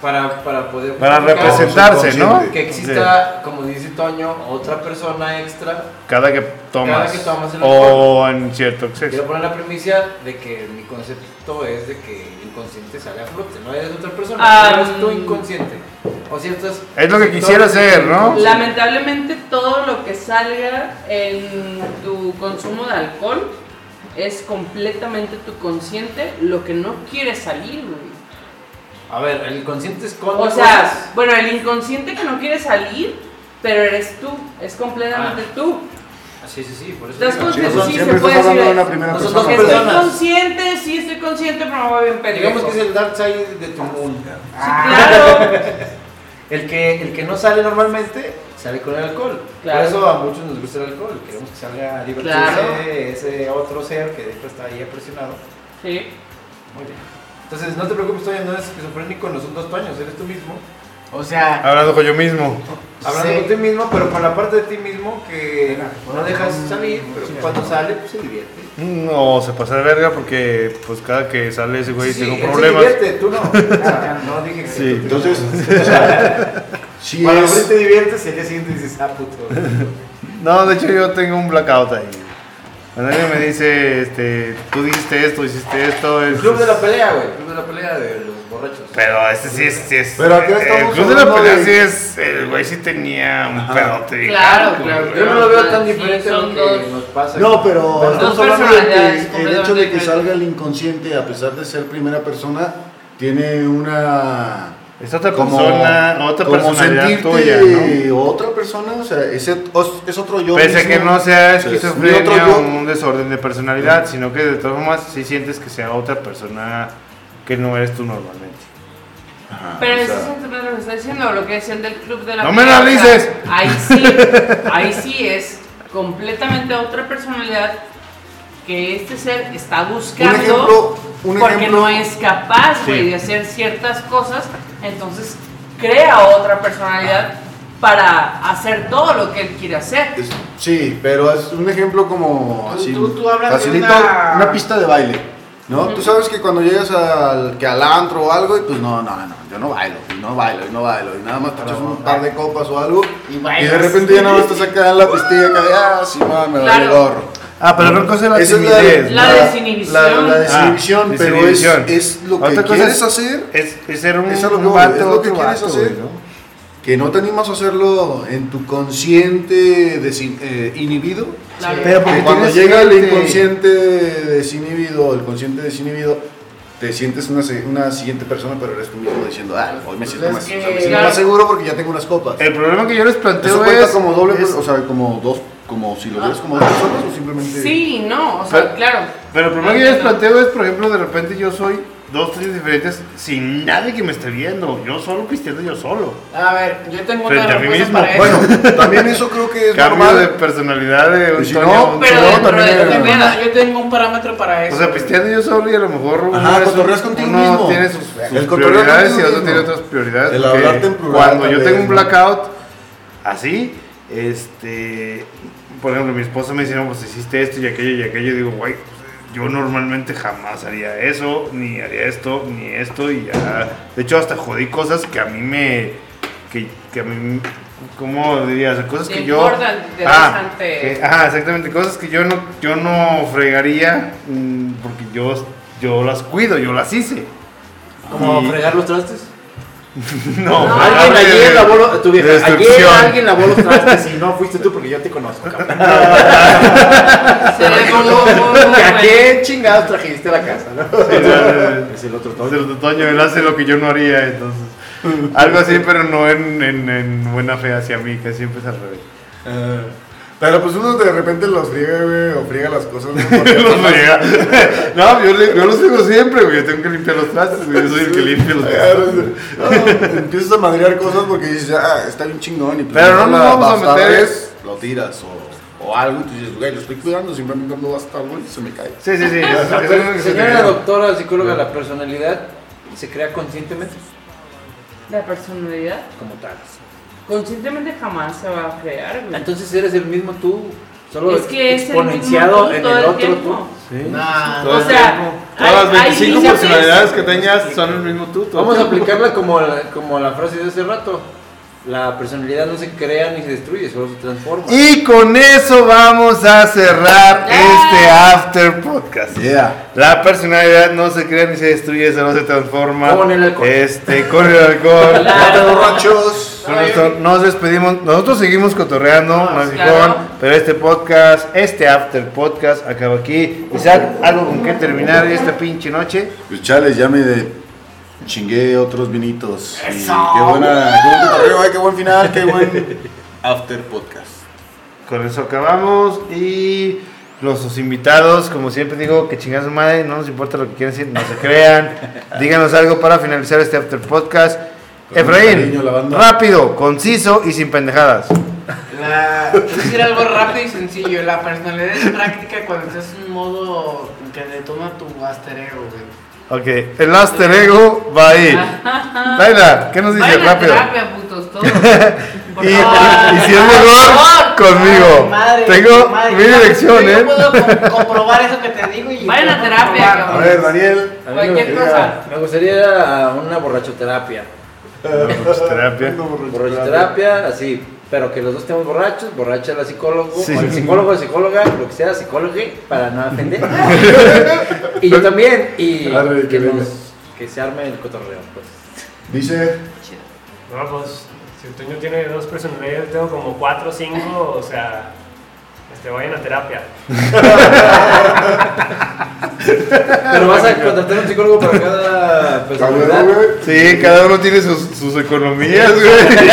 S5: Para, para poder
S2: Para
S5: justificar
S2: representarse, ¿no?
S3: subconsciente.
S5: que exista, como dice Toño, otra persona extra.
S2: Cada que tomas.
S5: que tomas el
S2: o en cierto
S5: Quiero
S2: exceso.
S5: poner la premisa de que mi concepto es de que el inconsciente sale a flote, no eres otra persona,
S4: Ah,
S5: no eres tu
S4: mm.
S5: inconsciente. O ciertas
S2: Es lo que quisiera
S5: sectores
S2: ser,
S5: del
S2: ¿no?
S5: inconsciente.
S4: Lamentablemente todo lo que salga en tu consumo de alcohol es completamente tu consciente, lo que no quiere salir, güey.
S5: A ver, el inconsciente esconde
S4: O
S5: cosas.
S4: sea, bueno, el inconsciente que no quiere salir, pero eres tú, es completamente
S5: Ah.
S4: tú.
S5: Ah, Sí, sí, sí, por eso.
S4: Estás
S5: digo,
S4: consciente,
S5: no son-
S4: sí,
S3: siempre
S4: se puede
S3: estás hablando
S4: decir
S3: de una
S4: eso.
S3: primera
S5: No son
S3: persona.
S5: dos
S4: Estoy
S5: personas.
S4: consciente, sí estoy consciente, pero me voy bien pendejo. Ah.
S5: Digamos que es el dark side de tu mundo.
S4: Claro.
S5: El que, el que no sale normalmente, sale con el alcohol.
S4: Claro.
S5: Por eso a muchos nos gusta el alcohol. Queremos que salga a divertirse
S4: Claro.
S5: ese otro ser que después está ahí apresionado.
S4: Sí.
S5: Muy bien. Entonces, no te preocupes, Toño, no eres esquizofrénico, no son dos Toños, eres tú mismo.
S6: O sea,
S2: Hablando con yo mismo.
S5: Hablando
S6: Sí.
S5: con ti mismo, pero con la parte de ti mismo que no dejas salir, pero
S6: Sí.
S5: cuando sale, pues se divierte.
S2: "Mm, No, se pasa de verga porque pues cada que sale ese güey
S5: Sí,
S2: tengo
S5: él se
S2: problemas.
S5: divierte, tú no. O sea, no dije que
S2: Sí.
S5: tú te
S3: Entonces, o sea, sí
S5: Cuando
S3: es-
S6: pues,
S5: te diviertes, el día siguiente dices, ah, puto.
S2: No, de hecho yo tengo un blackout ahí. Cuando alguien me dice, este, tú dijiste esto, hiciste esto,
S5: El
S2: es-
S5: club de la pelea, güey. El club de la pelea de los borrachos.
S2: Pero este sí es... sí es-
S3: Pero acá
S2: el
S3: estamos
S2: club de la
S3: hablando
S2: pelea
S3: de-
S2: sí es... El güey sí tenía un pedote.
S4: Claro, claro.
S5: Yo no lo veo tan
S4: Sí,
S5: diferente a lo
S4: son
S5: que
S4: dos.
S5: nos pasa.
S3: No, pero
S4: Dos
S3: estamos hablando de
S4: personalidades
S3: que el hecho de que
S4: completamente
S3: salga el inconsciente, a pesar de ser primera persona, tiene una.
S2: Es otra persona, otra personalidad tuya, ¿no?
S3: otra persona, o sea, ese- os- es, otro yo.
S2: Pese a
S3: mismo.
S2: que no sea
S3: O sea, es mi
S2: esquizofrenia
S3: otro
S2: o
S3: yo.
S2: un desorden de personalidad, sino que de todas formas sí sientes que sea otra persona que no eres tú normalmente.
S3: Ajá,
S4: Pero
S3: o
S4: eso
S3: sea,
S4: es lo que me está diciendo, lo que decían del club de la
S2: ¡No me
S4: pelea,
S2: lo
S4: o sea,
S2: dices!
S4: Ahí sí, ahí sí es completamente otra personalidad que este ser está buscando
S3: ejemplo, un
S4: porque
S3: ejemplo.
S4: no es capaz, güey,
S2: Sí.
S4: de hacer ciertas cosas, entonces crea otra personalidad
S2: Ah.
S4: para hacer todo lo que él quiere hacer.
S3: es- sí, pero es un ejemplo como
S6: Tú-
S3: así.
S6: tú- tú hablas de
S3: facilito,
S6: una-
S3: una... pista de baile. ¿No? Tú sabes que cuando llegas al, que al antro o algo, y pues no, no, no, yo no bailo, y no bailo, y no bailo, y nada más te echas un par de copas o algo,
S6: Y
S3: y
S6: bailas.
S3: de repente ya nada más estás acá en la pistilla, acá de, ah, sí, mamá, me vale
S4: Claro.
S3: gorro.
S2: Ah, pero otra cosa es la
S3: Esa
S2: timidez,
S4: La
S2: ¿no?
S4: desinhibición.
S3: La, la desinhibición,
S2: Ah,
S3: pero es,
S2: desinhibición.
S3: es lo que
S2: Otra cosa
S3: quieres
S2: es-
S3: hacer,
S2: Es, es ser un,
S3: Es a lo
S2: un
S3: que voy,
S2: vato,
S3: es lo que
S2: otro
S3: quieres
S2: vato,
S3: hacer.
S2: güey, ¿no?
S3: que no te animas a hacerlo en tu consciente desin- eh, inhibido.
S4: Claro.
S2: Pero porque
S3: Que cuando
S2: tienes
S3: llega el
S2: gente-
S3: inconsciente desinhibido, el consciente desinhibido, te sientes una, se- una siguiente persona, pero eres tú mismo diciendo, ah, hoy me siento,
S6: Pues
S3: más, o
S6: es
S3: sea, me
S6: que-
S3: siento más seguro porque ya tengo unas copas.
S2: El problema que yo les
S3: Eso
S2: planteo
S3: cuenta
S2: es,
S3: como doble,
S2: es-
S3: o sea, como dos como si lo ves como dos personas o simplemente.
S4: Sí, no, o sea,
S2: pues, Pero-
S4: claro.
S2: Pero el problema que
S4: No,
S2: yo les
S4: no, no.
S2: planteo es, por ejemplo, de repente yo soy dos, tres diferentes sin nadie que me esté viendo. Yo solo pisteando yo solo.
S6: A ver, yo tengo
S2: Frente
S6: una
S2: a mí mismo.
S6: respuesta pues, para eso.
S3: Bueno, también eso creo que es
S2: Cambio de
S3: normal.
S2: personalidad de un
S3: Y si
S2: Tony
S3: no,
S2: a un
S4: pero
S2: Tony.
S4: dentro de-
S6: Yo tengo,
S4: Mira.
S6: una- yo tengo un parámetro para eso.
S2: O sea, pisteando yo solo y a lo mejor uno,
S3: Ajá,
S2: es-
S3: cotorreas contigo
S2: uno
S3: mismo.
S2: tiene sus,
S3: El
S2: sus
S3: cotorreo
S2: prioridades y
S3: contigo
S2: otro
S3: mismo.
S2: tiene otras prioridades.
S3: El
S2: porque
S3: hablarte en plural
S2: Cuando yo
S3: también,
S2: tengo un
S3: ¿no?
S2: blackout así, este, por ejemplo, mi esposa me dice, no, pues hiciste esto y aquello y aquello. Y digo, güey, yo normalmente jamás haría eso, ni haría esto, ni esto. Y ya, de hecho, hasta jodí cosas que a mí me, que, que a mí, ¿cómo dirías? Cosas
S4: Te
S2: que yo... Ah,
S4: importan, te bastante.
S2: que- Ajá, exactamente, cosas que yo no, yo no fregaría mm, porque yo, yo las cuido, yo las hice.
S5: Como
S2: Y-
S5: fregar los trastes.
S2: No,
S4: Ah,
S5: alguien
S2: fregar
S5: ayer
S2: de-
S5: lavó los tu vieja, Ayer
S2: destrucción.
S5: alguien lavó los trastes y no fuiste tú porque yo te conozco, cabrón.
S4: Se le
S5: ¿A
S4: pongo.
S5: qué chingados trajiste a la casa, no?
S2: Sí, no,
S5: Es el otro
S2: no, no,
S5: todo.
S2: no, no, Toño, él hace lo que yo no haría, entonces. Algo así, pero no en, en- en buena fe hacia mí, que siempre es al revés.
S8: Ah, pero pues uno de repente los friega, güey, o friega las cosas. ¿no? Porque
S2: Los
S8: además-
S2: frega. no, yo, le- yo los digo siempre, güey. Yo tengo que limpiar los trastes, güey. Yo soy el que limpia los trastes.
S8: No, empiezas a madrear cosas porque dices, ah, está bien chingón. Y pues,
S2: Pero no
S8: la
S2: nos vamos a
S8: bastarda
S2: meter-
S8: es, lo tiras o, o algo y tú dices, güey, lo estoy cuidando, simplemente no basta algo y se me cae.
S2: Sí, sí, sí. eso- eso es lo que se
S5: Señora
S2: te-
S5: doctora, psicóloga, la personalidad se crea conscientemente
S4: La personalidad
S5: como tal.
S4: conscientemente jamás se va a crear, güey.
S5: Entonces eres el mismo tú, solo
S4: Es que es el mismo
S5: exponenciado
S4: tú
S5: en
S4: todo
S5: el
S4: el
S5: otro
S4: tiempo.
S5: tú.
S6: Nah,
S4: O
S6: nah.
S4: sea,
S2: Todas las
S4: hay- hay
S2: 25
S4: límites.
S2: personalidades que tengas son el mismo tú. todo
S5: Vamos a
S2: el tiempo.
S5: aplicarla como la, como la frase de hace rato. La personalidad no se crea ni se destruye, solo se transforma.
S2: Y con eso vamos a cerrar este After Podcast.
S8: Yeah.
S2: La personalidad no se crea ni se destruye, solo se transforma.
S5: Con el alcohol.
S2: Este, con el alcohol.
S8: borrachos.
S2: Con esto nos despedimos. Nosotros seguimos cotorreando, más
S4: claro.
S2: bien, pero este podcast, este After Podcast, acaba aquí. Isaac, algo con que terminar esta pinche noche.
S3: Pues chales, ya me de- chingué otros vinitos. Y
S6: Eso.
S3: qué buena, qué buen cotorreo,
S8: eh,
S3: ay, qué buen final, qué buen after podcast.
S2: Con eso acabamos y los, sus invitados, como siempre digo, que chingas madre, no nos importa lo que quieran decir, no se crean. Díganos algo para finalizar este after podcast.
S3: Con
S2: Efraín,
S3: cariño, la banda.
S2: rápido, conciso y sin pendejadas.
S6: La, decir algo rápido y sencillo. La personalidad es práctica cuando estás en un modo que detona tu astereo, güey.
S2: Ok, el after ego va ahí. Laila, ¿qué nos dice?
S4: Vayan a
S2: Rápido.
S4: terapia, putos, todos. Por
S2: Y,
S4: favor.
S2: y si es mejor, conmigo.
S6: Madre,
S2: Tengo
S6: madre,
S2: mi
S6: yo-
S2: dirección,
S6: Yo
S2: ¿eh?
S6: puedo com- comprobar eso que te digo y.
S4: Vayan a terapia,
S6: comprobarlo.
S8: A
S4: cabrón.
S8: ver, Daniel.
S5: A mí
S4: Cualquier
S5: me gustaría,
S4: cosa.
S5: me gustaría una borrachoterapia.
S2: Terapia.
S5: Borrachoterapia, así, pero que los dos estemos borrachos, borracha la psicólogo,
S2: Sí.
S5: o el psicólogo, la psicóloga, lo que sea, psicólogo, para no ofender. y yo también, y
S8: Arre, que
S5: que, nos-
S8: venga.
S5: que se arme el cotorreo. Pues.
S8: Dice,
S7: No, pues si Toño tiene dos personalidades, yo tengo como cuatro o cinco, o sea, este, vayan a terapia.
S2: Ah,
S5: Pero vas a contratar un psicólogo para cada
S8: cabrón,
S5: personalidad.
S8: güey.
S2: Sí, cada uno tiene sus, sus economías, güey.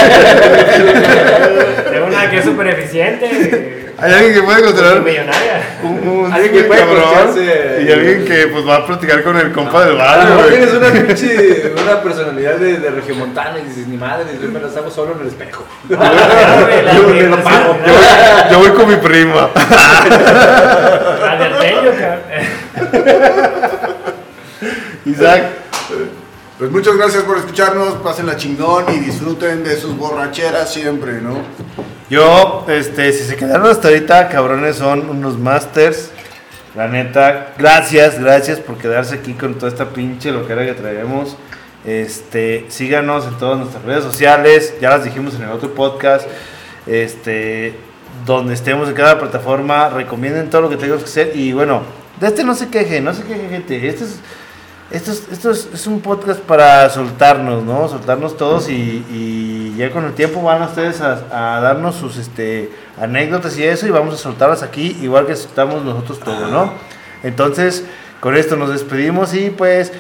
S7: Tengo una que es súper eficiente,
S2: Hay alguien que puede encontrar
S7: millonaria.
S2: un, un
S5: Alguien que puede
S2: cabrón
S5: costearse-
S2: y alguien que pues va a platicar con el compa del
S5: A lo
S2: barrio,
S5: mejor tienes
S2: güey.
S5: una pinche una personalidad de, de regiomontana y dices, ni madre, yo me las hago solo en el espejo.
S7: Yo me lo pago.
S2: Yo, yo voy con mi prima.
S7: La del Tello, cabrón.
S2: Isaac,
S8: Pues muchas gracias por escucharnos, pásenla chingón y disfruten de sus borracheras siempre, ¿no?
S2: yo, este, si se quedaron hasta ahorita, cabrones, son unos masters. La neta, gracias, gracias por quedarse aquí con toda esta pinche loquera que traemos. Este, síganos en todas nuestras redes sociales, ya las dijimos en el otro podcast. Este, donde estemos en cada plataforma, recomienden todo lo que tengas que hacer. Y bueno, de este no se queje, no se queje, gente. Este es, esto es, esto es, es un podcast para soltarnos, ¿no? Soltarnos todos y, y ya con el tiempo van ustedes a, a darnos sus este, anécdotas y eso y vamos a soltarlas aquí igual que soltamos nosotros todo, ¿no? Entonces, con esto nos despedimos y pues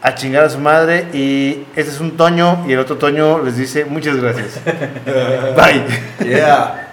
S2: a chingar a su madre y este es un Toño y el otro Toño les dice muchas gracias. Bye.
S8: Yeah.